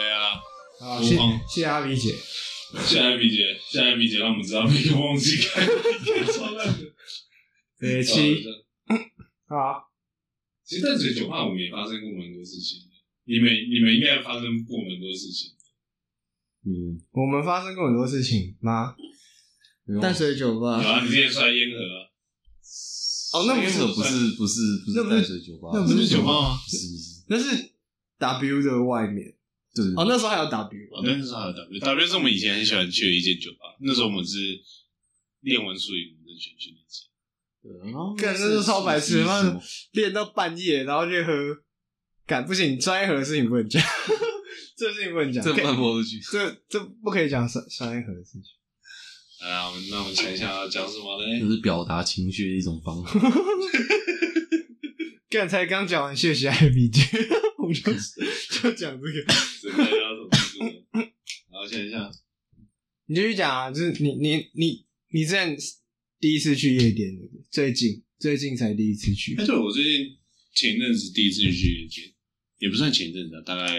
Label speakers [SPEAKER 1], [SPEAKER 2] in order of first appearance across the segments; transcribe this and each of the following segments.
[SPEAKER 1] 啊
[SPEAKER 2] 好，
[SPEAKER 1] 无
[SPEAKER 2] 谢
[SPEAKER 1] 妨
[SPEAKER 2] 谢谢阿比姐。
[SPEAKER 1] 谢谢艾比姐，谢谢艾比姐，让我们知道每个忘记开一个超烂的。
[SPEAKER 2] 对，
[SPEAKER 1] 好
[SPEAKER 2] 哎其嗯好，
[SPEAKER 1] 其实在这九八五也发生过蛮多事情的，你们你们应该发生过蛮多事情。
[SPEAKER 3] 嗯，
[SPEAKER 2] 我们发生过很多事情吗？淡水酒吧
[SPEAKER 1] 有，啊，你之前摔烟盒啊，
[SPEAKER 2] 哦那不是
[SPEAKER 3] 那个不是不是不
[SPEAKER 2] 那
[SPEAKER 3] 是
[SPEAKER 2] 不是
[SPEAKER 3] 淡水酒吧，
[SPEAKER 2] 那不是酒吧
[SPEAKER 1] 吗？
[SPEAKER 3] 不是不是，
[SPEAKER 2] 那是 W 的外面。
[SPEAKER 3] 对对
[SPEAKER 2] 哦，
[SPEAKER 3] 对
[SPEAKER 2] 那时候还有 W。啊
[SPEAKER 1] 哦，那是还有 W W 是我们以前很喜欢去的一间酒吧，那时候我们是练完术语，我们就选去那间。
[SPEAKER 3] 对然后
[SPEAKER 2] 干那是超白痴
[SPEAKER 3] 是
[SPEAKER 2] 妈
[SPEAKER 3] 什么
[SPEAKER 2] 练到半夜，然后去喝，敢不行，专业盒的事情不能讲， 这事情不能讲，
[SPEAKER 3] 这
[SPEAKER 2] 可以
[SPEAKER 3] 慢播出去，
[SPEAKER 2] 这这不可以讲专专业盒的事情。
[SPEAKER 1] 啊，我们那我们想一下要讲什么
[SPEAKER 3] 这
[SPEAKER 1] 嘞？
[SPEAKER 3] 是表达情绪的一种方法。
[SPEAKER 2] 刚才刚讲完，谢谢艾比姐， 我们就就讲这个，
[SPEAKER 1] 准备要什么事呢？然后想一下，
[SPEAKER 2] 你继续讲啊，就是你你你你之前第一次去夜店，对不对最近最近才第一次去
[SPEAKER 1] 哎，，对我最近前一阵子第一次去夜店，也不算前一阵子啊，大概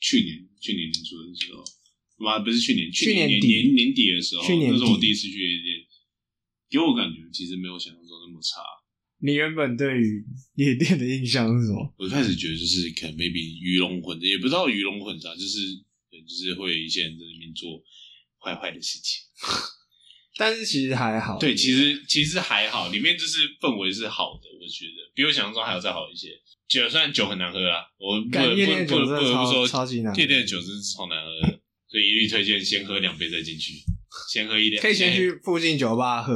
[SPEAKER 1] 去年去年年初的时候，妈不是去年，
[SPEAKER 2] 去
[SPEAKER 1] 年
[SPEAKER 2] 年
[SPEAKER 1] 年
[SPEAKER 2] 底
[SPEAKER 1] 年年底的时候，
[SPEAKER 2] 去年
[SPEAKER 1] 那时候我
[SPEAKER 2] 底
[SPEAKER 1] 第一次去夜店，给我感觉其实没有想象中那么差。
[SPEAKER 2] 你原本对于夜店的印象是什么？
[SPEAKER 1] 我一开始觉得就是可能 maybe 鱼龙混，也不知道鱼龙混杂，就是就是会有一些人在那边做坏坏的事情。
[SPEAKER 2] 但是其实还好，
[SPEAKER 1] 对，其实其实还好，里面就是氛围是好的，我觉得比我想象中还要再好一些。酒虽然酒很难喝啊，我不
[SPEAKER 2] 干
[SPEAKER 1] 不
[SPEAKER 2] 夜店的
[SPEAKER 1] 不
[SPEAKER 2] 酒
[SPEAKER 1] 不
[SPEAKER 2] 真
[SPEAKER 1] 不
[SPEAKER 2] 的
[SPEAKER 1] 得不
[SPEAKER 2] 超
[SPEAKER 1] 说，
[SPEAKER 2] 超级难喝
[SPEAKER 1] 夜店的酒真是超难喝的，所以一律推荐先喝两杯再进去，先喝一两，哎
[SPEAKER 2] 可以先去附近酒吧喝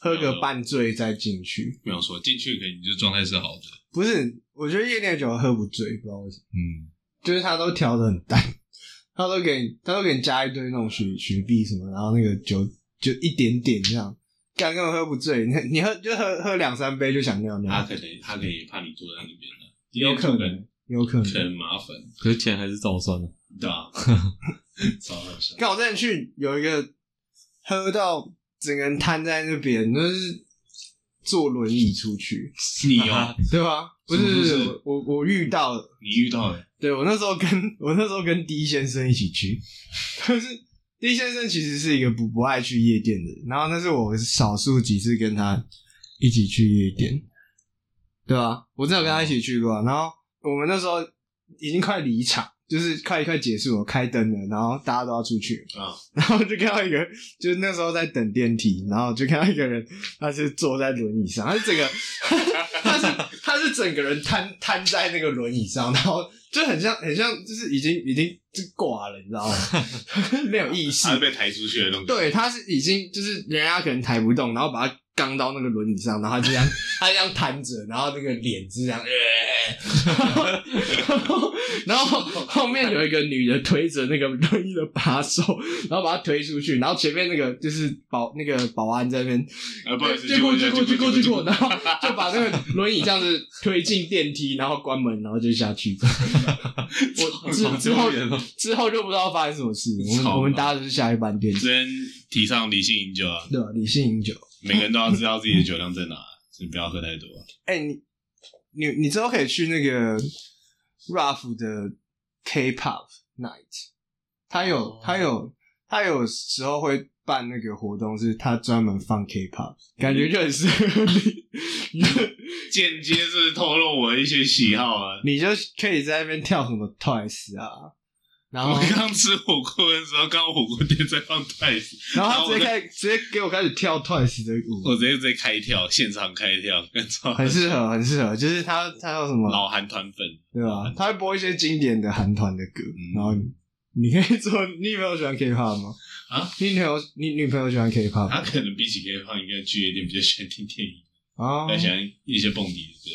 [SPEAKER 2] 喝
[SPEAKER 1] 没
[SPEAKER 2] 个
[SPEAKER 1] 有
[SPEAKER 2] 半醉再进去。
[SPEAKER 1] 没有错，进去可能就状态是好的，
[SPEAKER 2] 不是，我觉得夜店酒喝不醉，不知道为什么，
[SPEAKER 1] 嗯，
[SPEAKER 2] 就是他都调的很淡， 他都给你他都给你加一堆那种雪雪碧什么，然后那个酒就一点点这样，干根本喝不醉。你你喝就喝喝两三杯就想尿
[SPEAKER 1] 嗯他
[SPEAKER 2] 尿，
[SPEAKER 1] 可能他可能也怕你坐在那边啊了，
[SPEAKER 2] 有可能，有可
[SPEAKER 1] 可
[SPEAKER 2] 能。
[SPEAKER 1] 啊能麻烦，
[SPEAKER 3] 可是钱还是照 算了。
[SPEAKER 1] 对吧？ 超好笑。
[SPEAKER 2] 看我之前去有一个喝到整个人瘫在那边，就是坐轮椅出去，
[SPEAKER 1] 你哦，
[SPEAKER 2] 对吧？不是，
[SPEAKER 1] 是
[SPEAKER 2] 不
[SPEAKER 1] 不是
[SPEAKER 2] 是我我我遇到了。
[SPEAKER 1] 你遇到了，
[SPEAKER 2] 对我那时候跟 我那时候跟 D 先生一起去， 可是 D 先生其实是一个不不爱去夜店的人，然后那是我少数几次跟他一起去夜店，对吧、我真的有跟他一起去过啊、然后我们那时候已经快离场，就是快快结束了，开灯了，然后大家都要出去了
[SPEAKER 1] 啊
[SPEAKER 2] 然后就看到一个，就是那时候在等电梯，然后就看到一个人，他是坐在轮椅上，他是整个， 他是他是整个人瘫瘫在那个轮椅上，然后就很像很像就是已经已经就挂了，你知道吗？ 没有意识
[SPEAKER 1] 他，是被抬出去的那种。
[SPEAKER 2] 对，，他是已经就是人家可能抬不动，然后把他刚到那个轮椅上，然后他就这样，他就这样瘫着，然后那个脸是这样，呃、然后然 后后面有一个女的推着那个轮椅的把手，然后把他推出去，然后前面那个就是保那个保安在那边
[SPEAKER 1] 啊，不好意思，
[SPEAKER 2] 就过去过去过去过，然
[SPEAKER 1] 的。
[SPEAKER 2] 后就把那个轮椅这样子推进电梯，然后关门，然后就下去。 我之之后之后就不知道发生什么事，我
[SPEAKER 1] 操
[SPEAKER 2] 们我们大家都是下一班电梯，
[SPEAKER 1] 只能提倡理性饮酒啊，
[SPEAKER 2] 对吧？理性饮酒。
[SPEAKER 1] 每个人都要知道自己的酒量在哪， 所以不要喝太多。
[SPEAKER 2] 哎、你你你之后可以去那个 Ruff 的 K-pop night，他有、
[SPEAKER 1] 哦
[SPEAKER 2] 他有他有时候会办那个活动，是他专门放 K-pop，感觉就很适合 你，
[SPEAKER 1] 间接是透露我的一些喜好啊。
[SPEAKER 2] 你就可以在那边跳什么 Twice 啊，然
[SPEAKER 1] 我
[SPEAKER 2] 后
[SPEAKER 1] 刚吃火锅的时候，刚刚火锅店在放泰式，
[SPEAKER 2] 然后
[SPEAKER 1] 然后
[SPEAKER 2] 他
[SPEAKER 1] 我
[SPEAKER 2] 直接
[SPEAKER 1] 在
[SPEAKER 2] 开直接给我开始跳 Twice 的舞，
[SPEAKER 1] 我直接直接开跳，现场开跳，跟超
[SPEAKER 2] 很适合很适合，就是他他有什么
[SPEAKER 1] 老韩团粉。
[SPEAKER 2] 对吧？他会播一些经典的韩团的歌，
[SPEAKER 1] 嗯
[SPEAKER 2] 然后你你可以做。你女朋友喜欢 K-pop 吗？
[SPEAKER 1] 啊？
[SPEAKER 2] 你女朋友你女朋友喜欢 K-pop
[SPEAKER 1] 他可能比起 K 胖，应该去夜店比较喜欢听电影，
[SPEAKER 2] 啊
[SPEAKER 1] 比较喜欢一些蹦迪的歌。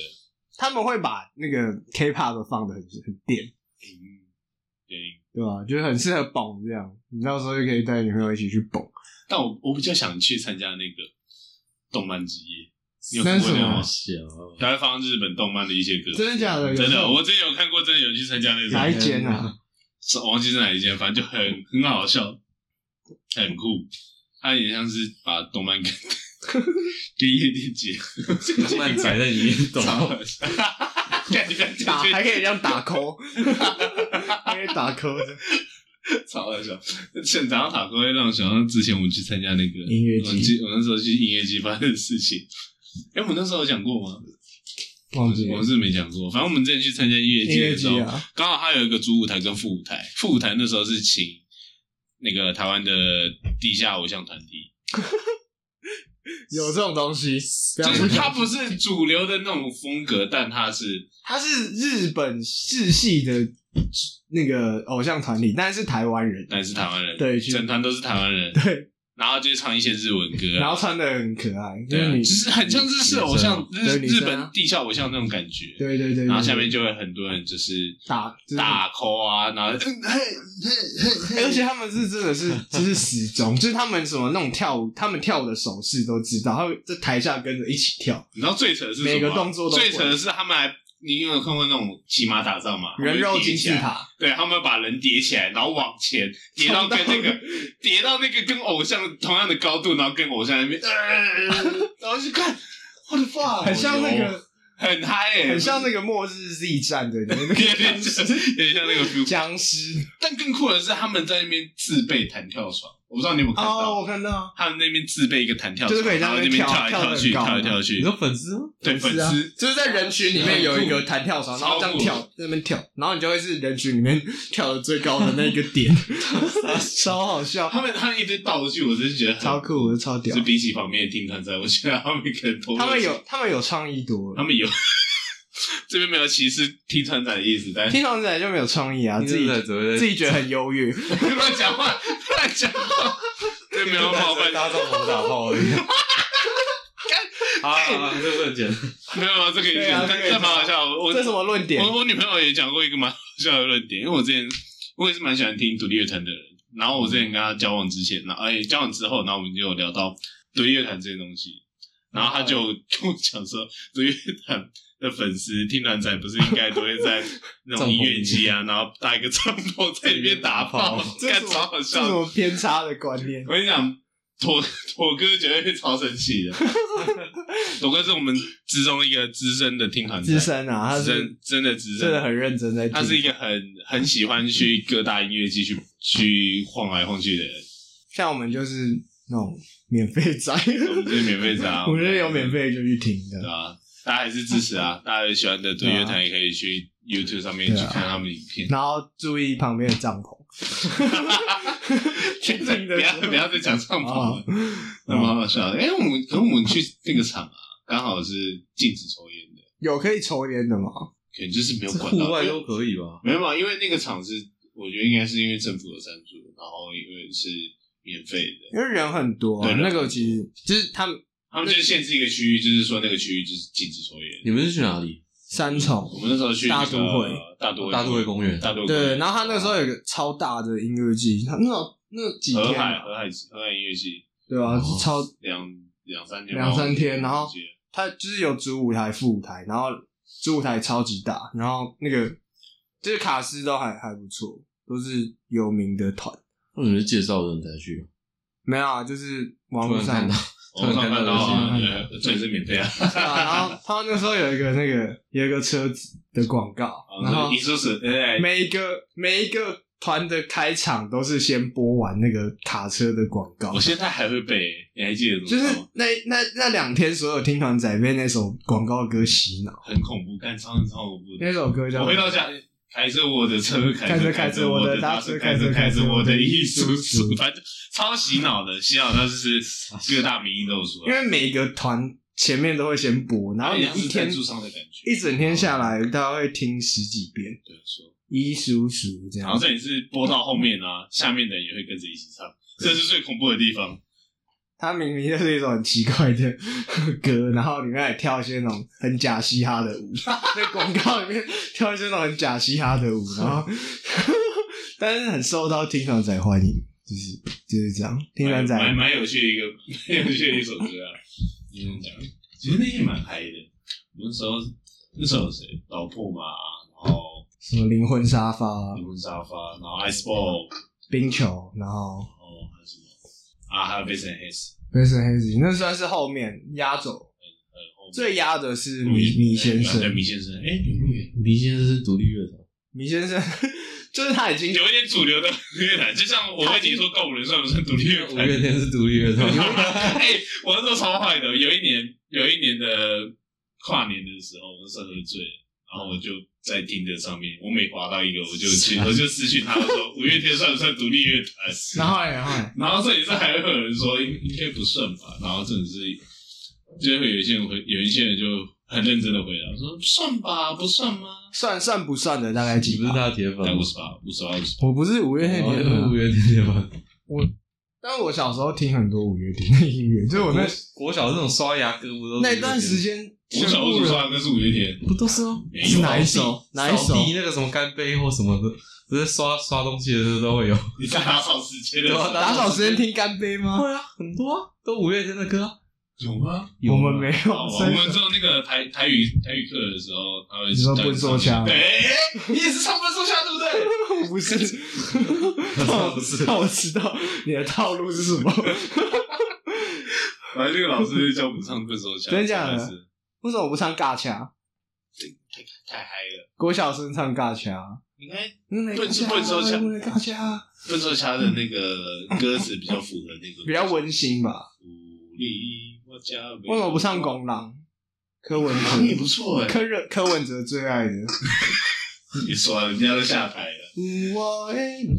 [SPEAKER 2] 他们会把那个 K-pop 放的很很电，
[SPEAKER 1] 嗯，对。
[SPEAKER 2] 对吧？就是很适合蹦这样，你到时候就可以带女朋友一起去蹦。
[SPEAKER 1] 但我我比较想去参加那个动漫之夜，你有
[SPEAKER 2] 那
[SPEAKER 1] 看
[SPEAKER 2] 是
[SPEAKER 1] 过
[SPEAKER 2] 什
[SPEAKER 1] 那个
[SPEAKER 2] 么
[SPEAKER 1] 吗
[SPEAKER 3] 好？小
[SPEAKER 1] 他会放日本动漫的一些歌，
[SPEAKER 2] 真的假的有
[SPEAKER 1] 真
[SPEAKER 2] 这
[SPEAKER 1] 的，
[SPEAKER 2] 种
[SPEAKER 1] 我之前有看过，真的有去参加那
[SPEAKER 2] 哪
[SPEAKER 1] 种
[SPEAKER 2] 一 间啊？
[SPEAKER 1] 是，忘记是哪一间，反正就很很好笑，很酷。他也像是把动漫跟 跟夜店结合，
[SPEAKER 3] 动漫宅在里面懂
[SPEAKER 1] 超好笑。感觉
[SPEAKER 2] 打还可以这样打 call，还可以打 call 的。
[SPEAKER 1] 超好笑。现场塔克会让我想到之前我们去参加那个
[SPEAKER 2] 音乐季
[SPEAKER 1] 我记我那时候去音乐季发生的事情。哎、我们那时候有讲过吗？
[SPEAKER 2] 忘记
[SPEAKER 1] 我
[SPEAKER 2] 了
[SPEAKER 1] 们是没讲过。反正我们之前去参加音乐
[SPEAKER 2] 音
[SPEAKER 1] 季
[SPEAKER 2] 乐
[SPEAKER 1] 的时
[SPEAKER 2] 季
[SPEAKER 1] 候，
[SPEAKER 2] 啊，
[SPEAKER 1] 刚好它有一个主舞台跟副舞台，副舞台那时候是请那个台湾的地下偶像团体，
[SPEAKER 2] 有这种东西，不要
[SPEAKER 1] 就
[SPEAKER 2] 不
[SPEAKER 1] 是
[SPEAKER 2] 讲
[SPEAKER 1] 它不是主流的那种风格，但它是
[SPEAKER 2] 他是日本日系的那个偶像团体，但是台湾人，
[SPEAKER 1] 但是台湾人，
[SPEAKER 2] 对其实
[SPEAKER 1] 整团都是台湾人，
[SPEAKER 2] 对，
[SPEAKER 1] 然后就唱一些日文歌啊、
[SPEAKER 2] 然后穿的很可爱，就
[SPEAKER 1] 对啊，
[SPEAKER 2] 是你
[SPEAKER 1] 就，是很像日式偶像，
[SPEAKER 2] 女
[SPEAKER 1] 日
[SPEAKER 2] 对女
[SPEAKER 1] 日
[SPEAKER 2] 生啊
[SPEAKER 1] 本地下偶像那种感觉。
[SPEAKER 2] 对对对，
[SPEAKER 1] 然后下面
[SPEAKER 2] 就
[SPEAKER 1] 就会很多人就是
[SPEAKER 2] 打就是
[SPEAKER 1] 打 call 啊，然后嗯嘿嘿嘿嘿
[SPEAKER 2] 而且他们是真的是就是始终，就是他们什么那种跳舞，他们跳舞的手势都知道，他会在台下跟着一起跳，
[SPEAKER 1] 你知道最扯的是什么吗
[SPEAKER 2] 每个动作都会
[SPEAKER 1] 最扯的是他们还，你有看过那种骑马打仗吗？
[SPEAKER 2] 人肉金
[SPEAKER 1] 叠起
[SPEAKER 2] 字
[SPEAKER 1] 来，
[SPEAKER 2] 塔，
[SPEAKER 1] 对他们把人叠起来，然后往前叠到跟那个 叠到那个跟偶像同样的高度，然后跟偶像那边，呃然后去看，我的 fuck，
[SPEAKER 2] 很像那个
[SPEAKER 1] 很嗨欸，
[SPEAKER 2] 很像那个末日 Z 战的那个
[SPEAKER 1] 有点像有点像那个 feel。
[SPEAKER 2] 僵尸。
[SPEAKER 1] 但更酷的是，他们在那边自备弹跳床，我不知道你有没有看到。
[SPEAKER 2] 哦，我看到，
[SPEAKER 1] 他们那边自备一个弹跳床，
[SPEAKER 2] 就是可以在
[SPEAKER 1] 然后
[SPEAKER 2] 那
[SPEAKER 1] 那
[SPEAKER 2] 边
[SPEAKER 1] 边
[SPEAKER 2] 跳
[SPEAKER 1] 跳来跳去，
[SPEAKER 2] 跳得
[SPEAKER 1] 跳来
[SPEAKER 2] 很高
[SPEAKER 1] 跳
[SPEAKER 3] 你
[SPEAKER 1] 去。
[SPEAKER 3] 说粉丝吗？
[SPEAKER 1] 对粉
[SPEAKER 2] 是啊
[SPEAKER 1] 丝，
[SPEAKER 2] 就是在人群里面有一个弹跳床，然后这样
[SPEAKER 1] 超
[SPEAKER 2] 跳，在那边跳，然后你就会是人群里面跳的最高的那个 点，超好笑，
[SPEAKER 1] 他们他们一堆道具，我真是觉得很
[SPEAKER 2] 超酷的，超屌
[SPEAKER 1] 就。比起旁边的听团赛，我觉得他们可能多了
[SPEAKER 2] 他们有，他们有创意多
[SPEAKER 1] 他
[SPEAKER 2] 了，
[SPEAKER 1] 们有 这边没有歧视听团仔的意思，但是
[SPEAKER 2] 听上起来就没有创意啊，自己
[SPEAKER 3] 在只会
[SPEAKER 2] 自己觉得很优 越。
[SPEAKER 1] 乱讲话，乱讲话，这没有冒犯，
[SPEAKER 3] 大众猛打炮而已。 好
[SPEAKER 2] 啊
[SPEAKER 3] 好好，这个简
[SPEAKER 1] 没有没有这个也
[SPEAKER 2] 对
[SPEAKER 1] 讲
[SPEAKER 2] 啊，
[SPEAKER 1] 但
[SPEAKER 2] 这个也
[SPEAKER 1] 但蛮好笑的。我
[SPEAKER 2] 这什么论点？
[SPEAKER 1] 我我女朋友也讲过一个蛮好笑的论点，因为我之前我也是蛮喜欢听独立乐团的人，然后我之前跟她交往之前，然后哎、交往之后，然后我们就有聊到独立乐团这些东西，然后她就跟我讲说，独立乐团的粉丝听团仔不是应该都会在那种音乐季啊，然后搭一个帐篷在里面打炮，
[SPEAKER 2] 这
[SPEAKER 1] 干
[SPEAKER 2] 是什
[SPEAKER 1] 超好
[SPEAKER 2] 么这
[SPEAKER 1] 笑
[SPEAKER 2] 是什
[SPEAKER 1] 的。
[SPEAKER 2] 么偏差的观念？
[SPEAKER 1] 我跟你讲， 妥妥哥绝对会超生气的。妥哥是我们之中一个资深的听团仔
[SPEAKER 2] 资深啊，他是
[SPEAKER 1] 真真的资深，
[SPEAKER 2] 真的很认真在听。
[SPEAKER 1] 他是一个很很喜欢去各大音乐季去去晃来晃去的人，
[SPEAKER 2] 像我们就是那种免费 仔，
[SPEAKER 1] 我们就是免费砸，
[SPEAKER 2] 我们就是有免费就去听
[SPEAKER 1] 对
[SPEAKER 2] 的。
[SPEAKER 1] 啊，大家还是支持啊，大家有喜欢的独立乐团也可以去 YouTube 上面去
[SPEAKER 2] 对啊
[SPEAKER 1] 看他们影片，
[SPEAKER 2] 然后注意旁边的帐篷， 确定的
[SPEAKER 1] 不要不要再讲上跑了
[SPEAKER 2] 哦，
[SPEAKER 1] 那蛮好笑的。哎，我们可我们去那个场啊，刚好是禁止抽烟的，
[SPEAKER 2] 有可以抽烟的吗？
[SPEAKER 1] 可能就是没有
[SPEAKER 3] 这
[SPEAKER 1] 管到
[SPEAKER 3] 户外都可以吧？
[SPEAKER 1] 没有嘛，因为那个场是我觉得应该是因为政府有赞助，然后因为是免费的。
[SPEAKER 2] 因为人很多、
[SPEAKER 1] 对
[SPEAKER 2] 啊，
[SPEAKER 1] 人
[SPEAKER 2] 那个其实就是他们
[SPEAKER 1] 他们就是限制一个区域，就是说那个区域就是禁止抽烟。
[SPEAKER 3] 你们是去哪里？
[SPEAKER 2] 三重
[SPEAKER 1] 我，们
[SPEAKER 3] 嗯
[SPEAKER 1] 那时候去那个
[SPEAKER 2] 大都会，
[SPEAKER 1] 大都会，
[SPEAKER 3] 大都会公园
[SPEAKER 1] 大都会公园。
[SPEAKER 2] 对，然后他那时候有个超大的音乐季，他那种那几
[SPEAKER 1] 河
[SPEAKER 2] 天
[SPEAKER 1] 海
[SPEAKER 2] 啊，
[SPEAKER 1] 河海河海音乐系
[SPEAKER 2] 对吧、啊？
[SPEAKER 3] 哦
[SPEAKER 2] 超
[SPEAKER 1] 两两三天吧，
[SPEAKER 2] 两三天
[SPEAKER 1] 我
[SPEAKER 2] 然后
[SPEAKER 1] 记得
[SPEAKER 2] 他就是有主舞台、副舞台，然后主舞台超级大，然后那个就是卡斯都还还不错，都是有名的团。
[SPEAKER 3] 那你是介绍人才去？
[SPEAKER 2] 没有啊，就是网
[SPEAKER 3] 突
[SPEAKER 2] 络
[SPEAKER 3] 然
[SPEAKER 2] 上
[SPEAKER 3] 看到，
[SPEAKER 1] 我们
[SPEAKER 3] 突然
[SPEAKER 1] 看
[SPEAKER 3] 看
[SPEAKER 1] 到
[SPEAKER 3] 到
[SPEAKER 1] 啊，
[SPEAKER 2] 了
[SPEAKER 1] 对这也是免费啊，
[SPEAKER 2] 对啊然后他们那时候有一个那个有一个车子的广告，
[SPEAKER 3] 哦
[SPEAKER 2] 然后
[SPEAKER 1] 你说是哎，
[SPEAKER 2] 每一个每一个团的开场都是先播完那个卡车的广告
[SPEAKER 1] 我，现在还会背，你还记得
[SPEAKER 2] 就是
[SPEAKER 1] 怎么唱吗？
[SPEAKER 2] 那那那两天所有听团仔被那首广告歌洗脑，
[SPEAKER 1] 很恐怖，干超超恐怖的。
[SPEAKER 2] 那首歌叫
[SPEAKER 1] 我回到家。开着我的车，开着
[SPEAKER 2] 开着开
[SPEAKER 1] 着
[SPEAKER 2] 着
[SPEAKER 1] 我
[SPEAKER 2] 我
[SPEAKER 1] 的
[SPEAKER 2] 的
[SPEAKER 1] 大
[SPEAKER 2] 大
[SPEAKER 1] 车，
[SPEAKER 2] 车
[SPEAKER 1] 开着开
[SPEAKER 2] 开着
[SPEAKER 1] 着我
[SPEAKER 2] 我的
[SPEAKER 1] 的
[SPEAKER 2] 艺
[SPEAKER 1] 艺术
[SPEAKER 2] 术
[SPEAKER 1] 书，
[SPEAKER 2] 书
[SPEAKER 1] 反正超洗脑的，洗脑到就是各大名义都有出
[SPEAKER 2] 因
[SPEAKER 1] 来，
[SPEAKER 2] 为每一个团前面都会先播，然后你
[SPEAKER 1] 它也
[SPEAKER 2] 一
[SPEAKER 1] 是赞
[SPEAKER 2] 天
[SPEAKER 1] 助商的感觉。
[SPEAKER 2] 一整天下来，大概会听十几遍，
[SPEAKER 1] 对，说
[SPEAKER 2] 一数数这
[SPEAKER 1] 然后
[SPEAKER 2] 样。
[SPEAKER 1] 这里是播到后面啊，下面的人也会跟着一起唱，这是最恐怖的地方。
[SPEAKER 2] 它明明就是一首很奇怪的歌，然后里面还跳一些那种很假嘻哈的 舞，在广告里面跳一些那种很假嘻哈的舞，然后 但是很受到听团仔欢迎，就是就是这样。听团仔
[SPEAKER 1] 蛮蛮蛮有趣的一个， 蛮有趣的一首歌啊。你怎么讲？其实那也蛮嗨的。我那时候那时候有谁？老破嘛，然后
[SPEAKER 2] 什么灵魂沙发、
[SPEAKER 1] 灵魂沙发，然后 Ice Ball，
[SPEAKER 2] 冰球，然后
[SPEAKER 1] 然后还有什么啊？还有 b a s and Haze，
[SPEAKER 2] Mason Hazy，那算是后面压轴，
[SPEAKER 1] 呃
[SPEAKER 2] 最压的是米米先
[SPEAKER 1] 对
[SPEAKER 2] 生。
[SPEAKER 1] 米先生，哎，有路演。
[SPEAKER 3] 黎先生是独立乐团，
[SPEAKER 2] 米先生， 就是他已经
[SPEAKER 1] 有一点主流的 乐坛，就像我问你说告五人算不算独立乐
[SPEAKER 3] 五
[SPEAKER 1] 坛？
[SPEAKER 3] 月 天是独立乐团，
[SPEAKER 1] 哎、我那时候超坏的。有一年，有一年的跨年的时候，我是喝醉了，然后我就在听的上面，我每滑到一个，我就去，
[SPEAKER 2] 啊
[SPEAKER 1] 我就私讯他我说，五月天算不算独立乐团？
[SPEAKER 2] 然后嘞然后嘞
[SPEAKER 1] 然后这里是还会有人说应应该不算吧，然后真的是，就会有一些人回，有一些人就很认真的回答说算吧，不算吗？
[SPEAKER 2] 算算不算的大概
[SPEAKER 3] 你
[SPEAKER 2] 几
[SPEAKER 3] 不是
[SPEAKER 2] 趴？
[SPEAKER 3] 他的铁粉
[SPEAKER 1] 才
[SPEAKER 3] 吗
[SPEAKER 1] 五？十八，五十八，五十
[SPEAKER 2] 我不是五月天铁粉
[SPEAKER 3] 哦
[SPEAKER 2] 啊
[SPEAKER 3] 五，月天铁粉。
[SPEAKER 2] 但我小时候听很多五月天的音乐，就是我那
[SPEAKER 3] 国国小那种刷牙歌不都是
[SPEAKER 2] 那段时间
[SPEAKER 1] 八。我小五十
[SPEAKER 2] 全部人
[SPEAKER 1] 八那是五月天，
[SPEAKER 3] 不都是吗？
[SPEAKER 1] 没
[SPEAKER 2] 是
[SPEAKER 1] 有
[SPEAKER 2] 哪一首？哪一首
[SPEAKER 3] 扫？地那个什么干杯或什么的，不是刷刷东西的时候都会有。
[SPEAKER 1] 你在打扫时间的时
[SPEAKER 3] 对啊
[SPEAKER 1] 候
[SPEAKER 2] 打扫时间听干杯吗？
[SPEAKER 3] 啊，很多啊，都五月天的歌啊。
[SPEAKER 1] 有吗？
[SPEAKER 3] 有
[SPEAKER 2] 我
[SPEAKER 3] 吗
[SPEAKER 2] 们没有，
[SPEAKER 1] 好我
[SPEAKER 2] 所以
[SPEAKER 1] 们做那个台台语台语课的时候，他会
[SPEAKER 2] 你说
[SPEAKER 1] 叫
[SPEAKER 2] 笨手枪
[SPEAKER 1] 对，你也是唱笨手枪对不对？
[SPEAKER 2] 我不是，
[SPEAKER 3] 我不是
[SPEAKER 2] 让我知道你的套路是什么。
[SPEAKER 1] 反正这个老师就叫我们唱笨手枪，
[SPEAKER 2] 真的假的
[SPEAKER 1] 真是
[SPEAKER 2] 为什么不唱尬掐？
[SPEAKER 1] 太嗨了！
[SPEAKER 2] 郭晓生唱尬掐，
[SPEAKER 1] 你看
[SPEAKER 2] 笨
[SPEAKER 1] 笨是笨手枪
[SPEAKER 2] 尬掐
[SPEAKER 1] 笨手枪的那个歌词比较符合那个，
[SPEAKER 2] 比较温馨吧？
[SPEAKER 1] 鼓励我家。为
[SPEAKER 2] 为什么不唱《拱狼》？柯文
[SPEAKER 1] 狼也
[SPEAKER 2] 哲，
[SPEAKER 1] 不错哎、
[SPEAKER 2] 柯文柯文哲最爱的。
[SPEAKER 1] 你说人家都下台了，
[SPEAKER 2] 我爱你。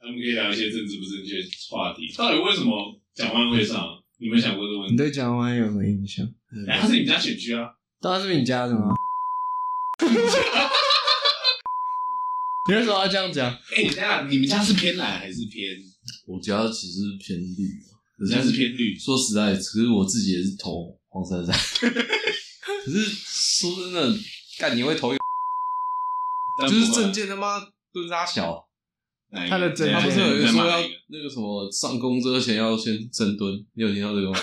[SPEAKER 1] 他们可以聊一些政治不正确话题。到底为什么蒋万会上？你有没有想过这个问
[SPEAKER 2] 你
[SPEAKER 1] 题？
[SPEAKER 2] 对蒋万安有什么印象？
[SPEAKER 1] 哎，他是你们家选区啊，
[SPEAKER 2] 当然是你家的吗？ 你为什么要这样讲？
[SPEAKER 1] 哎、等一下你们家是偏蓝还是偏？
[SPEAKER 4] 我家其实偏绿啊，可
[SPEAKER 1] 人家是偏绿，
[SPEAKER 4] 说实在，其实我自己也是投黄珊珊， 可是说真的，干你会投一个，
[SPEAKER 1] 但
[SPEAKER 4] 就是
[SPEAKER 1] 不管
[SPEAKER 4] 证件他妈蹲他
[SPEAKER 3] 啊
[SPEAKER 4] 小，
[SPEAKER 1] 哪一个
[SPEAKER 2] 他的证件
[SPEAKER 4] 他不是有人
[SPEAKER 1] 在
[SPEAKER 4] 说
[SPEAKER 1] 骂
[SPEAKER 4] 要
[SPEAKER 1] 哪一个
[SPEAKER 4] 那个什么上公车前要先深蹲，你有听到这个吗？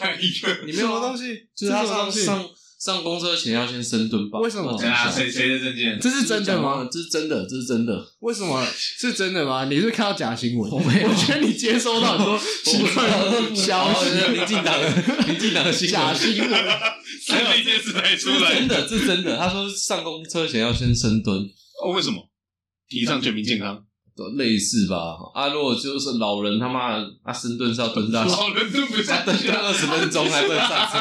[SPEAKER 1] 哪一个？
[SPEAKER 4] 你
[SPEAKER 2] 你
[SPEAKER 4] 没有啊
[SPEAKER 2] 西？
[SPEAKER 4] 就是他上上上公车前要先深蹲吧？哦
[SPEAKER 2] 为什么
[SPEAKER 4] 不
[SPEAKER 1] 等
[SPEAKER 4] 然
[SPEAKER 1] 下
[SPEAKER 4] 很小
[SPEAKER 1] 谁谁的证件？
[SPEAKER 2] 这是真的吗？？
[SPEAKER 4] 这是真的，这是真的。
[SPEAKER 2] 为什么是真的吗？你是看到假新闻？
[SPEAKER 4] 我没有
[SPEAKER 2] 觉得你接收到 很多奇怪的消
[SPEAKER 4] 哦
[SPEAKER 2] 息，
[SPEAKER 4] 民进党的，民进党的新闻
[SPEAKER 2] 假新闻。
[SPEAKER 1] 三个电视台出
[SPEAKER 4] 这是
[SPEAKER 1] 来
[SPEAKER 4] 真，的，这是真的。他说上公车前要先深蹲，
[SPEAKER 1] 哦，为什么？提倡全民健康，
[SPEAKER 4] 都类似吧。啊，如果就是老人他妈的，他深蹲是要 蹲到
[SPEAKER 1] 老人蹲不下
[SPEAKER 4] 蹲
[SPEAKER 1] 去啊
[SPEAKER 4] 蹲
[SPEAKER 1] 了，
[SPEAKER 4] 二十分钟还不能上车，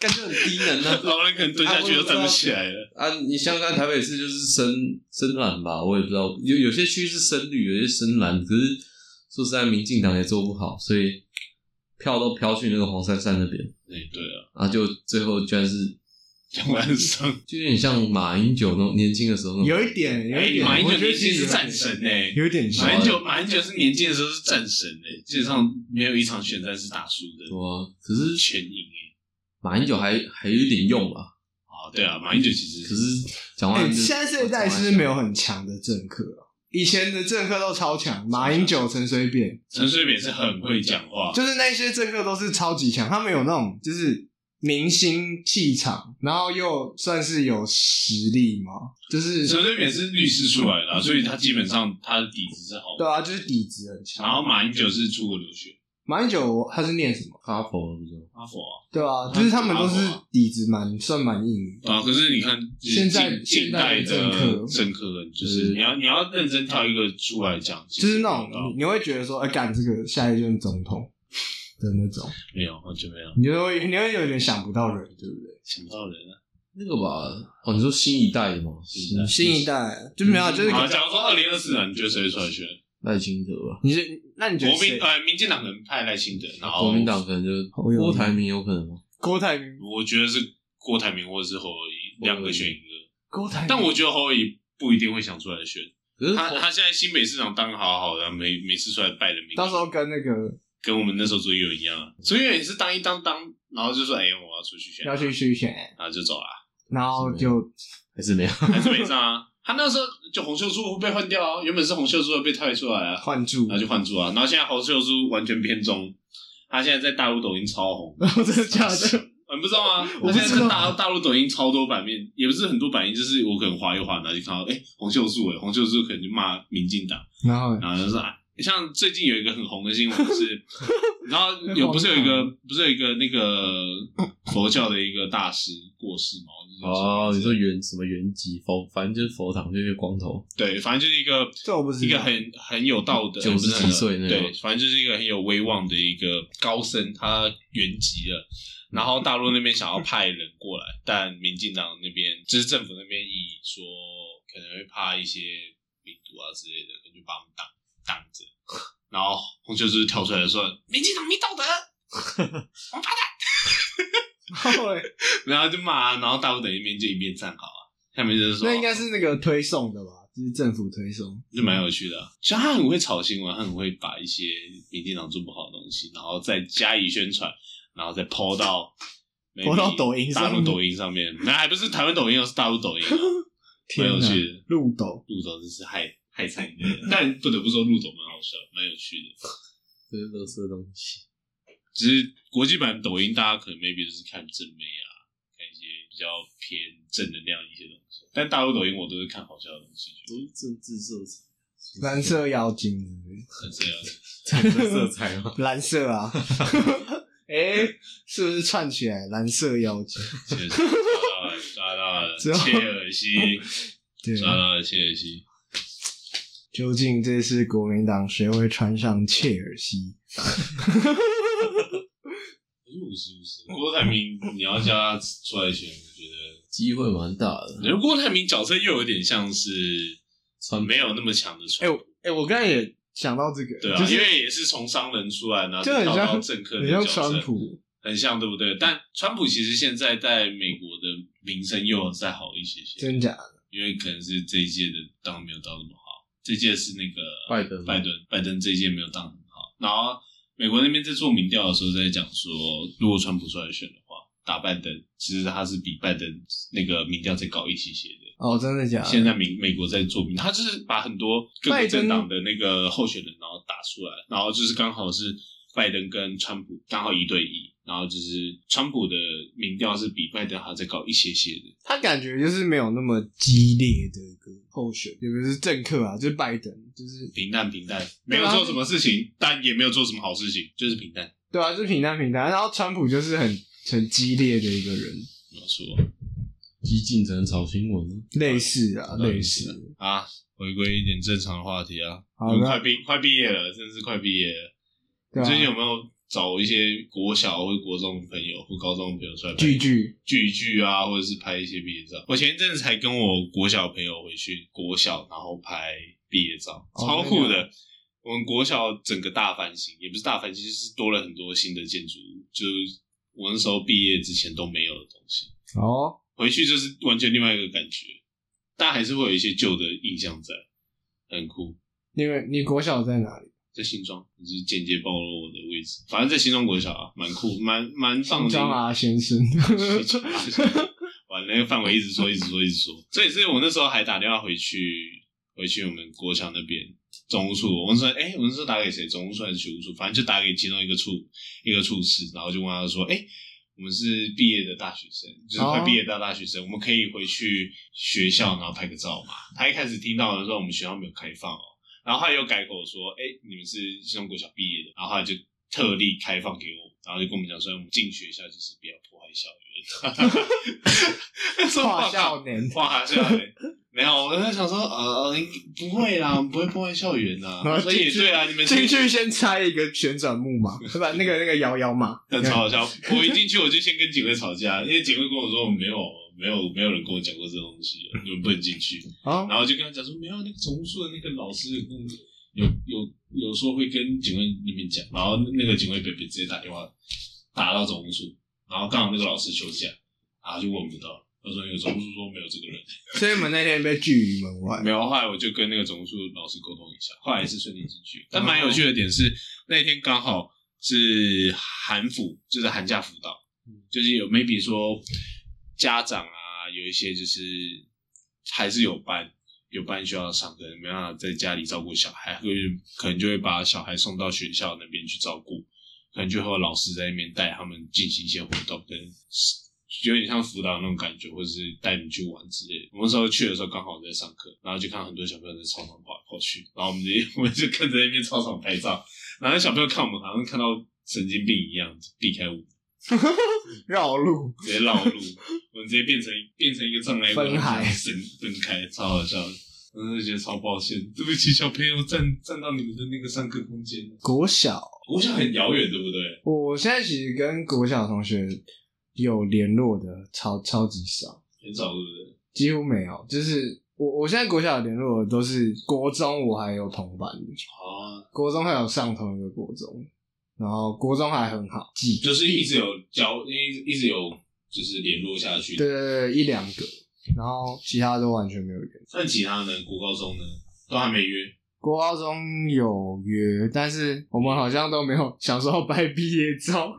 [SPEAKER 4] 感觉很低能啊。
[SPEAKER 1] 老人可能蹲下去都站不起来了。
[SPEAKER 4] 啊，你像刚才台北市就是深深蓝吧，我也不知道，有有些区是深绿，有些深蓝，可是说实在，民进党也做不好，所以票都飘去那个黄珊珊那边，
[SPEAKER 1] 哎，对啊，
[SPEAKER 4] 然后就最后居然是
[SPEAKER 1] 讲完上，
[SPEAKER 4] 就有点像马英九那种年轻的时候那种，
[SPEAKER 2] 有一点，有一
[SPEAKER 1] 哎，
[SPEAKER 2] 点，
[SPEAKER 1] 马英
[SPEAKER 2] 我
[SPEAKER 1] 九
[SPEAKER 2] 觉得
[SPEAKER 1] 年
[SPEAKER 2] 其
[SPEAKER 1] 轻
[SPEAKER 2] 实
[SPEAKER 1] 是战神哎，
[SPEAKER 2] 有一点像
[SPEAKER 1] 马。英九马英九是年轻的时候是战神哎，基本上没有一场选战是打输的，
[SPEAKER 4] 多、可是
[SPEAKER 1] 全赢哎。
[SPEAKER 4] 马英九还还有一点用吧，
[SPEAKER 1] 哦，对啊，马英九其实
[SPEAKER 4] 可是讲话
[SPEAKER 2] 哎
[SPEAKER 4] 就、
[SPEAKER 2] 现在这一代是不是没有很强的政客啊？以前的政客都超强，马英九、陈水扁，
[SPEAKER 1] 陈水扁是很会讲话，
[SPEAKER 2] 就是那些政客都是超级强，他们有那种就是明星气场，然后又算是有实力嘛，就是
[SPEAKER 1] 陈水扁是律师出来的啊，所以他基本上他的底子是好的
[SPEAKER 2] 对。啊，就是底子很强。
[SPEAKER 1] 然后马英九是出国留学，
[SPEAKER 2] 马英九他是念什么？
[SPEAKER 4] 哈佛那种，
[SPEAKER 1] 阿佛啊。
[SPEAKER 2] 对啊，
[SPEAKER 1] 嗯
[SPEAKER 2] 就是他们都是
[SPEAKER 1] 阿伯啊
[SPEAKER 2] 底子蛮算蛮硬的。
[SPEAKER 1] 啊，可是你看，就是
[SPEAKER 2] 现
[SPEAKER 1] 近
[SPEAKER 2] 在现
[SPEAKER 1] 近
[SPEAKER 2] 代
[SPEAKER 1] 代
[SPEAKER 2] 的
[SPEAKER 1] 的
[SPEAKER 2] 政客
[SPEAKER 1] 政客，就是
[SPEAKER 4] 嗯
[SPEAKER 1] 你要你要认真挑一个出来讲，就
[SPEAKER 2] 就是那
[SPEAKER 1] 啊
[SPEAKER 2] 种你你会觉得说，哎、干这个下一任总统的那种，
[SPEAKER 1] 没有完全没有
[SPEAKER 2] 你就会你会有点想不到人，对不对？
[SPEAKER 1] 想不到人啊。
[SPEAKER 4] 那个吧，哦，你说新一代的吗？
[SPEAKER 1] 新一代
[SPEAKER 2] 新一代就没有啊，就是
[SPEAKER 1] 啊嗯好，假如说二零二四年，你觉得谁会出来选？
[SPEAKER 4] 赖清德吧，
[SPEAKER 2] 你是那你觉得
[SPEAKER 1] 国
[SPEAKER 2] 谁
[SPEAKER 1] 民？呃，民进党可能派赖清德，然后
[SPEAKER 4] 国民党可能就
[SPEAKER 2] 好有
[SPEAKER 4] 郭台铭有可能吗？
[SPEAKER 2] 郭台铭，
[SPEAKER 1] 我觉得是郭台铭或者是侯友宜
[SPEAKER 4] 侯友宜
[SPEAKER 1] 两个选一个，
[SPEAKER 2] 郭台铭，
[SPEAKER 1] 但我觉得侯友宜不一定会想出来选，
[SPEAKER 4] 可是
[SPEAKER 1] 他他现在新北市长当得好好的，啊每每次出来拜的名，
[SPEAKER 2] 到时候跟那个
[SPEAKER 1] 跟我们那时候左右一样啊，左右也是当一当当，然后就说哎，我要出去选，
[SPEAKER 2] 要去去选，
[SPEAKER 1] 然后就走了。啊
[SPEAKER 2] 然后就
[SPEAKER 4] 还是没有，
[SPEAKER 1] 还是没上啊。他那时候就洪秀柱被换掉啊，原本是洪秀柱被退出来啊，
[SPEAKER 2] 换住
[SPEAKER 1] 然后，就换柱啊，然后现在洪秀柱完全偏中，他现在在大陆抖音超红，
[SPEAKER 2] 哦真的假的？
[SPEAKER 1] 啊你不知道吗？
[SPEAKER 2] 我不知道
[SPEAKER 1] 他现在在大大陆抖音超多版面，也不是很多版面，就是我可能滑一滑，然后就看到哎、洪秀柱哎、洪秀柱可能就骂民进党， 哎
[SPEAKER 2] 然后
[SPEAKER 1] 然后就说啊，像最近有一个很红的新闻就是然后有不是有一
[SPEAKER 2] 啊
[SPEAKER 1] 个不是有一个那个佛教的一个大师过世吗？我就
[SPEAKER 4] 哦，你说原什么原籍佛，反正就是佛堂，就是光头，
[SPEAKER 1] 对，反正就是一个
[SPEAKER 2] 这我不知道
[SPEAKER 1] 一个很很有道 德，
[SPEAKER 4] 97
[SPEAKER 1] 不是很
[SPEAKER 4] 岁那种
[SPEAKER 1] 对，反正就是一个很有威望的一个高僧，他原籍了。然后大陆那边想要派人过来，但民进党那边就是政府那边以说可能会怕一些病毒啊之类的，可能就把我们挡挡着。然后洪秀柱跳出来说：“民进党没道德， 王八蛋！”
[SPEAKER 2] 后来
[SPEAKER 1] 然后就骂，然后大陆等一边就一边站好啊。下面就是说，
[SPEAKER 2] 那应该是那个推送的吧，就是政府推送。
[SPEAKER 1] 就蛮有趣的、啊。像他很会炒新闻，他很会把一些民进党做不好的东西，然后再加以宣传，然后再抛到
[SPEAKER 2] 抛到抖音上
[SPEAKER 1] 大
[SPEAKER 2] 面
[SPEAKER 1] 陆抖音上面，那还不是台湾抖音，而是大陆抖 音、啊，蛮有趣的。
[SPEAKER 2] 入斗，
[SPEAKER 1] 陆总真是害害惨一点，但不得不说陆总蛮好笑，蛮有趣的。
[SPEAKER 4] 这是垃圾东西。
[SPEAKER 1] 只是国际版抖音，大家可能 maybe 就是看正妹啊，看一些比较偏正能量的一些东西。但大陆抖音我都是看好笑的东西，
[SPEAKER 4] 都是政治色彩，
[SPEAKER 2] 蓝色妖精
[SPEAKER 1] 很这样。
[SPEAKER 2] 是不是
[SPEAKER 4] 政治色彩吗？
[SPEAKER 2] 蓝色啊，哎、是不是串起来蓝色妖精？
[SPEAKER 1] 确实抓到了，抓到了，
[SPEAKER 2] 之后
[SPEAKER 1] 切尔西，
[SPEAKER 2] 对，
[SPEAKER 1] 抓到了切尔西。
[SPEAKER 2] 究竟这次国民党谁会穿上切尔西？
[SPEAKER 1] 哎五十五十，郭台铭，你要叫他出来选，我觉得
[SPEAKER 4] 机会蛮大的。
[SPEAKER 1] 可是郭台铭角色又有点像是
[SPEAKER 4] 川
[SPEAKER 1] 没有那么强的
[SPEAKER 2] 哎、
[SPEAKER 1] 传
[SPEAKER 2] 我，哎、我刚才也想到这个，
[SPEAKER 1] 对啊，
[SPEAKER 2] 就是
[SPEAKER 1] 因为也是从商人出来，然后
[SPEAKER 2] 就很
[SPEAKER 1] 跳到
[SPEAKER 2] 像
[SPEAKER 1] 政客
[SPEAKER 2] 很
[SPEAKER 1] 的角
[SPEAKER 2] 像
[SPEAKER 1] 色，
[SPEAKER 2] 川普，
[SPEAKER 1] 很像，对不对？但川普其实现在在美国的名声又再好一些些，
[SPEAKER 2] 真假的？
[SPEAKER 1] 因为可能是这一届的当没有当那么好，这届是那个
[SPEAKER 4] 拜登吗
[SPEAKER 1] 拜登，拜登这一届没有当很好。然后美国那边在做民调的时候在讲说，如果川普出来选的话，打拜登，其实他是比拜登那个民调再高一些些的。
[SPEAKER 2] 哦，真的
[SPEAKER 4] 啊
[SPEAKER 2] 假的？
[SPEAKER 1] 现在美美国在做民，他就是把很多各
[SPEAKER 2] 拜
[SPEAKER 1] 个
[SPEAKER 2] 登
[SPEAKER 1] 政党的那个候选人，然后打出来，然后就是刚好是拜登跟川普刚好一对一，然后就是川普的民调是比拜登还要再高一些些的。
[SPEAKER 2] 他感觉就是没有那么激烈的一个候选，也不是政客啊，就是拜登，就是
[SPEAKER 1] 平淡平淡，
[SPEAKER 2] 啊
[SPEAKER 1] 没有做什么事情，但也没有做什么好事情，就是平淡，
[SPEAKER 2] 对啊，就是平淡平淡。然后川普就是很很激烈的一个人，
[SPEAKER 1] 没有错
[SPEAKER 4] 激进只能炒新闻啊，
[SPEAKER 2] 类似啊，
[SPEAKER 1] 对
[SPEAKER 2] 类似。
[SPEAKER 1] 啊。回归一点正常的话题啊，
[SPEAKER 2] 好
[SPEAKER 1] 我们
[SPEAKER 2] 那
[SPEAKER 1] 快毕快毕业了，真的是快毕业了。
[SPEAKER 2] 对啊，
[SPEAKER 1] 最近有没有找一些国小或国中的朋友或高中的朋友出来拍
[SPEAKER 2] 句句
[SPEAKER 1] 聚一聚啊，或者是拍一些毕业照？我前一阵子才跟我国小朋友回去国小，然后拍毕业照，
[SPEAKER 2] 哦
[SPEAKER 1] 超酷
[SPEAKER 2] 真的
[SPEAKER 1] 的。我们国小整个大翻新，也不是大翻新，就是多了很多新的建筑物，就是我那时候毕业之前都没有的东西。
[SPEAKER 2] 哦，
[SPEAKER 1] 回去就是完全另外一个感觉，但还是会有一些旧的印象在，很酷。
[SPEAKER 2] 你们你国小在哪里？
[SPEAKER 1] 在新庄，就是间接暴露我的位置。反正在新庄国小啊，蛮酷，蛮蛮放
[SPEAKER 2] 新
[SPEAKER 1] 心。
[SPEAKER 2] 庄啊，先生。
[SPEAKER 1] 完那个范围一直说，一直说，一直说。所以，所以我那时候还打电话回去，回去我们国强那边总务处，我们说，哎、我们说打给谁？总务处还是学务处？反正就打给其中一个处，一个处室，然后就问他说，哎、我们是毕业的大学生，就是快毕业的大学生，我们可以回去学校，然后拍个照嘛。他一开始听到的时候，我们学校没有开放哦，然后他又改口说，哎、你们是新中国小毕业的，然后他就特例开放给我们，然后就跟我们讲说，我们进学校就是不要破坏校 园，那时候
[SPEAKER 2] 跨校年
[SPEAKER 1] 跨校园。没有，我在想说，呃，不会啦，我们不会破坏校园啦。
[SPEAKER 2] 然后
[SPEAKER 1] 所以也
[SPEAKER 2] 进去
[SPEAKER 1] 对啊，你们
[SPEAKER 2] 进去先拆一个旋转木马，对吧？那个那个摇摇马，
[SPEAKER 1] 很超好笑。我一进去我就先跟警卫吵架，因为警卫跟我说没有没有没有人跟我讲过这东西，你们不能进去。
[SPEAKER 2] 啊，
[SPEAKER 1] 然后就跟他讲说没有，那个总务处的那个老师有跟我有有有说会跟警卫那边讲，然后那个警卫北北直接打电话打到总务处，然后刚好那个老师休假，然后就问不到。他说：“那个总务处说没有这个人，
[SPEAKER 2] 所以我们那天被拒于门外。
[SPEAKER 1] 没有。”后来我就跟那个总务处老师沟通一下，后来也是顺利进去。但蛮有趣的点是，那天刚好是寒辅，就是寒假辅导，就是有 maybe 说家长啊，有一些就是还是有班，有班需要上课，没办法在家里照顾小孩，会可能就会把小孩送到学校那边去照顾，可能就会有老师在那边带他们进行一些活动，跟有点像辅导那种感觉，或者是带你去玩之类的。我们那时候去的时候刚好在上课，然后就看到很多小朋友在操场跑来跑去，然后我们就我们就跟着那边操场拍照，然后那小朋友看我们好像看到神经病一样避开我，
[SPEAKER 2] 绕路，
[SPEAKER 1] 直接绕路，我们直接变成变成一个障碍物
[SPEAKER 2] 分海
[SPEAKER 1] 分分开，超好笑的。真的觉得超抱歉，对不起，小朋友占占到你们的那个上课空间了。
[SPEAKER 2] 国小。
[SPEAKER 1] 我想很遥远，对不对？
[SPEAKER 2] 我现在其实跟国小同学有联络的超超级少，
[SPEAKER 1] 很少，对不对？
[SPEAKER 2] 几乎没有。就是我我现在国小联络的都是国中，我还有同班的，
[SPEAKER 1] 啊，
[SPEAKER 2] 国中还有上同一个国中，然后国中还很好记，
[SPEAKER 1] 就是一直有交，一一直有就是联络下去。
[SPEAKER 2] 对，对对，一两个，然后其他都完全没有联络。
[SPEAKER 1] 但其他呢，国高中呢，都还没约。
[SPEAKER 2] 国高中有约，但是我们好像都没有想说要拍毕业 照。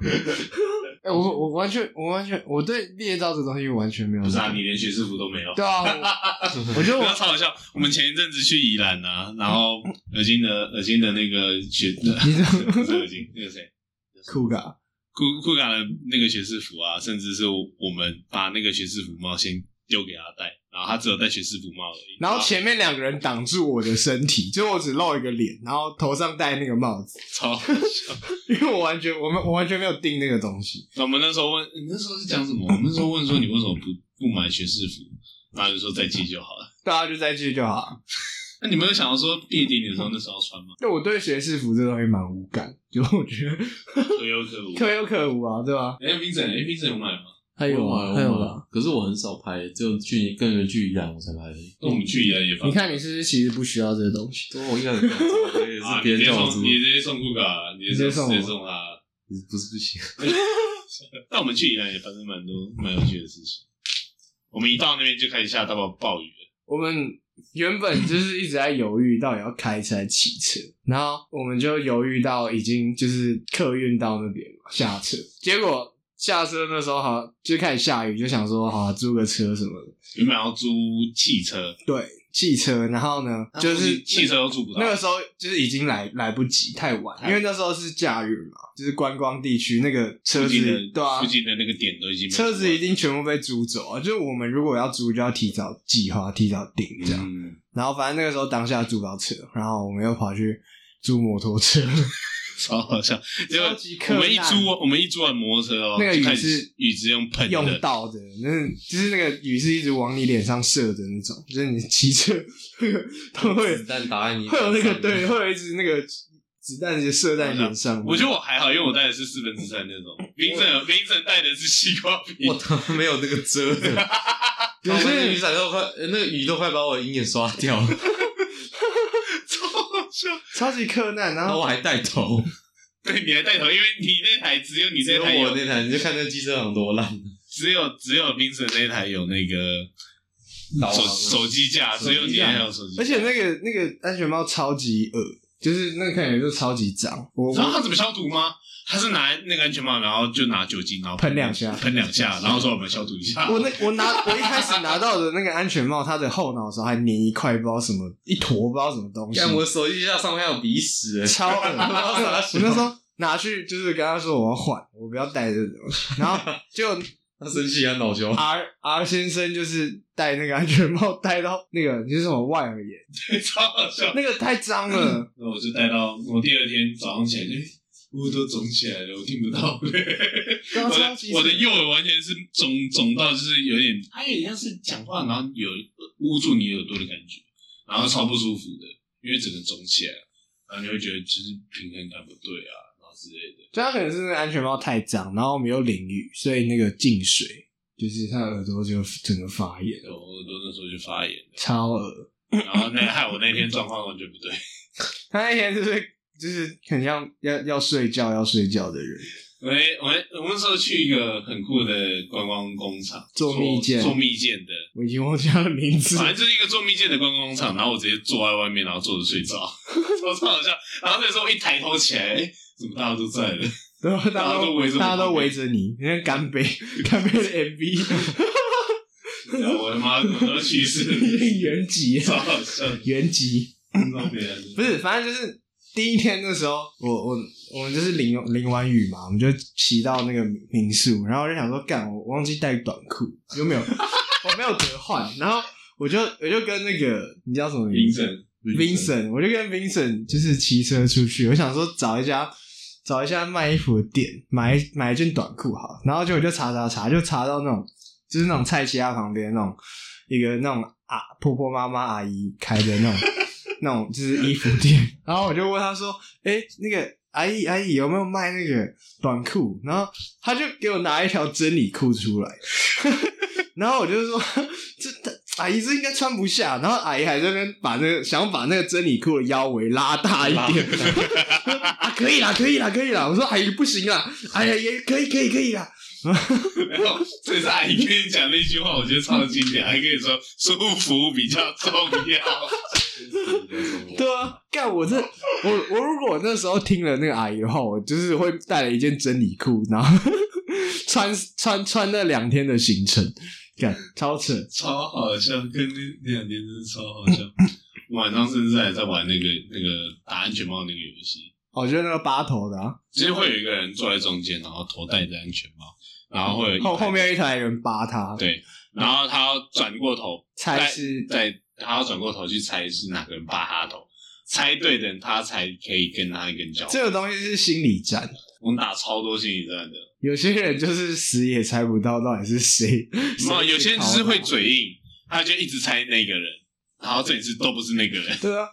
[SPEAKER 2] 哎、我我完全我完全我对毕业照这东西完全没有。
[SPEAKER 1] 不是啊，你连学士服都没有。
[SPEAKER 2] 嗯对啊，我我觉 得
[SPEAKER 1] 不
[SPEAKER 2] 我
[SPEAKER 1] 要超好笑。我们前一阵子去宜兰啊，然后耳金的耳金的那个学，
[SPEAKER 2] 你知道
[SPEAKER 1] 不是耳金，那个谁，
[SPEAKER 2] 酷噶，
[SPEAKER 1] 酷酷嘎的那个学士服啊，甚至是我们把那个学士服帽先丢给他戴，然后他只有戴学士服帽而已。啊
[SPEAKER 2] 然后前面两个人挡住我的身体，就我只露一个脸，然后头上戴那个帽子，
[SPEAKER 1] 超好笑。
[SPEAKER 2] 因为我完全我们我完全没有定那个东西，
[SPEAKER 1] 我们那时候问，你那时候是讲什么？我们那时候问说你为什么不不买学士服？然后就说再寄就好了。
[SPEAKER 2] 大家就在去就好。
[SPEAKER 1] 那你们有想到说毕业典礼的时候那时候要穿吗？
[SPEAKER 2] 就我对学士服这东西蛮无感，就我觉 得
[SPEAKER 1] 可有可无。
[SPEAKER 2] 可有可无啊，对吧、
[SPEAKER 1] 哎，Vincent，哎，Vincent 有买吗？
[SPEAKER 2] 还
[SPEAKER 4] 我买我买？可是我很少拍，只有去年跟人去宜兰我才拍而已。
[SPEAKER 1] 那我们去宜兰也发
[SPEAKER 2] 你。看你是不是其实不需要这个东西？
[SPEAKER 4] 所以哦我一开始看我 也
[SPEAKER 1] 啊你
[SPEAKER 4] 是
[SPEAKER 1] 直
[SPEAKER 4] 别人
[SPEAKER 1] 接
[SPEAKER 4] 叫我租
[SPEAKER 1] 送，，你直接送酷卡，你直接送
[SPEAKER 2] 你
[SPEAKER 1] 直接
[SPEAKER 2] 直接送
[SPEAKER 1] 送他。啊
[SPEAKER 4] 不是不行。
[SPEAKER 1] 但我们去宜兰也发生蛮多蛮有趣的事情。我们一到那边就开始下大暴暴雨了，
[SPEAKER 2] 我们原本就是一直在犹豫到底要开车还是骑车，然后我们就犹豫到已经就是客运到那边嘛下车，结果下车那时候好像就开始下雨，就想说好、啊、租个车什么的，
[SPEAKER 1] 原本要租汽车，
[SPEAKER 2] 对，汽车，然后呢啊就是
[SPEAKER 1] 啊汽车都租不到
[SPEAKER 2] 那。个时候就是已经来来不及，太晚，因为那时候是假日嘛，就是观光地区那个车
[SPEAKER 1] 附
[SPEAKER 2] 子
[SPEAKER 1] 近的
[SPEAKER 2] 对啊
[SPEAKER 1] 附，近的那个点都已经没有
[SPEAKER 2] 车子一
[SPEAKER 1] 租了
[SPEAKER 2] 定全部被租走啊，就是我们如果要租就要提早计划，提早订这样。
[SPEAKER 1] 嗯
[SPEAKER 2] 然后反正那个时候当下租不到车，然后我们又跑去租摩托车，
[SPEAKER 1] 哦超好笑。结
[SPEAKER 2] 超
[SPEAKER 1] 果
[SPEAKER 2] 级
[SPEAKER 1] 我
[SPEAKER 2] 困
[SPEAKER 1] 们一
[SPEAKER 2] 难
[SPEAKER 1] 租，我们一租完摩托车哦，
[SPEAKER 2] 那个
[SPEAKER 1] 就
[SPEAKER 2] 雨
[SPEAKER 1] 开始
[SPEAKER 2] 是
[SPEAKER 1] 雨直接用喷的，
[SPEAKER 2] 用到的，那就是那个雨是一直往你脸上射的那种，就是你骑车它 会
[SPEAKER 4] 子弹打在你
[SPEAKER 2] 会有那
[SPEAKER 4] 脸
[SPEAKER 2] 个
[SPEAKER 4] 上
[SPEAKER 2] 对，会有一直那个子弹直接射在你脸上。
[SPEAKER 1] 我觉得我还好，因为我带的是四分之三那种。冰城冰城带的是西瓜皮，
[SPEAKER 4] 我他妈没有那个遮的，
[SPEAKER 2] 可
[SPEAKER 4] 我那雨
[SPEAKER 2] 是
[SPEAKER 4] 伞都快，呃那个雨都快把我鹰眼刷掉了，
[SPEAKER 2] 超级困难，然
[SPEAKER 4] 然后
[SPEAKER 2] 后
[SPEAKER 4] 我还带头。
[SPEAKER 1] 对，你还带头，因为你那台只有你
[SPEAKER 4] 只
[SPEAKER 1] 那
[SPEAKER 4] 有
[SPEAKER 1] 台
[SPEAKER 4] 我
[SPEAKER 1] 有，
[SPEAKER 4] 那 台，你就看那机车行多烂，
[SPEAKER 1] 只有只有冰城那台有那个
[SPEAKER 2] 啊
[SPEAKER 4] 导
[SPEAKER 1] 手
[SPEAKER 4] 航
[SPEAKER 1] 手机架，
[SPEAKER 4] 手
[SPEAKER 1] 只
[SPEAKER 4] 机架
[SPEAKER 1] 有你还有手机架。
[SPEAKER 2] 而且那个那个安全帽超级恶，就是那个看起来就超级脏。我
[SPEAKER 1] 你知道他怎么消毒吗？他是拿那个安全帽，然后就拿酒精，然后
[SPEAKER 2] 喷两下
[SPEAKER 1] 喷两下，然后说我们消毒一下。
[SPEAKER 2] 我那我拿我一开始拿到的那个安全帽，它的后脑勺还粘一块包什么一坨不知道什么东西，
[SPEAKER 4] 看我手机架上面还有鼻屎、 欸，
[SPEAKER 2] 超恶
[SPEAKER 4] 傻
[SPEAKER 2] 我那时候拿去就是跟他说我要换，我不要带这种。然后就
[SPEAKER 4] 他生气他恼羞，
[SPEAKER 2] R R 先生就是戴那个安全帽戴到那个你是什么外耳炎，
[SPEAKER 1] 超好笑。
[SPEAKER 2] 那个太脏了。
[SPEAKER 1] 那我就带到我第二天早上起来就，哎我都肿起来了，我听不 到。
[SPEAKER 2] 刚
[SPEAKER 1] 我
[SPEAKER 2] 刚
[SPEAKER 1] 的
[SPEAKER 2] 超级
[SPEAKER 1] 我的右耳完全是肿肿到，就是有点，它有点像是讲话，然后有捂住你耳朵的感觉，然后超不舒服的，因为整个肿起来，然后你会觉得就是平衡感不对啊，然后之类的。
[SPEAKER 2] 就他可能是那个安全帽太脏，然后我们又淋雨，所以那个进水就是他耳朵就整个发炎
[SPEAKER 1] 对，我耳朵那时候就发炎了，
[SPEAKER 2] 超恶。
[SPEAKER 1] 然后那害我那天状况完全不对。
[SPEAKER 2] 他那天就是就是很像要要睡觉要睡觉的人，
[SPEAKER 1] 我们我们我们那时候去一个很酷的观光工厂
[SPEAKER 2] 做蜜饯
[SPEAKER 1] 做蜜饯的，
[SPEAKER 2] 我已经忘记他的名字
[SPEAKER 1] 反正就是一个做蜜饯的观光工厂，然后我直接坐在外面，然后坐着睡着， 超超好笑。然后那时候我一抬头起来，哎、怎么大家都在了？
[SPEAKER 2] 然后大
[SPEAKER 1] 大
[SPEAKER 2] 家
[SPEAKER 1] 家都
[SPEAKER 2] 都
[SPEAKER 1] 围着我
[SPEAKER 2] 大家都围着你，你看干 杯，干杯的 MV，
[SPEAKER 1] 然后我的妈，我都去世了，
[SPEAKER 2] 原籍，啊
[SPEAKER 1] 超好笑，
[SPEAKER 2] 原籍
[SPEAKER 1] 听到别人
[SPEAKER 2] 不是，反正就是第一天的时候，我我我们就是淋淋完雨嘛，我们就骑到那个民宿，然后我就想说，干，我忘记带短裤，有没有？我没有得换，然后我就我就跟那个你叫什么名字？
[SPEAKER 1] 林正，
[SPEAKER 2] Vincent，我就跟 Vincent 就是骑车出去，我想说找一家找一下卖衣服的店，买一买一件短裤好，然后就我就查查查，就查到那种就是那种菜市场旁边那种一个那种啊婆婆妈妈阿姨开的那种那种就是衣服店，然后我就问她说，哎、那个阿姨阿姨有没有卖那个短裤？然后她就给我拿一条真理裤出来，然后我就说这阿姨这应该穿不下，然后阿姨还在那边把那个想把那个真理裤的腰围拉大一点， 啊，可以啦，可以啦，可以啦。我说阿姨不行啦，哎呀，也可以，可以，可以啦。
[SPEAKER 1] 没有，这是阿姨跟你讲那句话，我觉得超经典。还可以说舒服比较重要。
[SPEAKER 2] 对啊，干我这我我如果我那时候听了那个阿姨的话，我就是会带了一件真理裤，然后 穿穿穿那两天的行程，干超扯。
[SPEAKER 1] 超好笑，跟那那两天真是超好笑。晚上甚至还在玩那个那个打安全帽那个游戏，
[SPEAKER 2] 我哦觉得那个八头的、啊，
[SPEAKER 1] 其实会有一个人坐在中间，然后头戴着安全帽，然后会有一
[SPEAKER 2] 后后面一台人扒他，
[SPEAKER 1] 对，然后他要转过头
[SPEAKER 2] 才是
[SPEAKER 1] 再他要转过头去猜是哪个人扒他头，猜对的人他才可以跟他一根交。
[SPEAKER 2] 这个东西是心理战。
[SPEAKER 1] 我们打超多心理战的，
[SPEAKER 2] 有些人就是死也猜不到到底 是谁。
[SPEAKER 1] 没有
[SPEAKER 2] 谁
[SPEAKER 1] 有些人就是会
[SPEAKER 2] 逃
[SPEAKER 1] 嘴硬，他就一直猜那个人，然后这里是都不是那个人。
[SPEAKER 2] 的。对啊，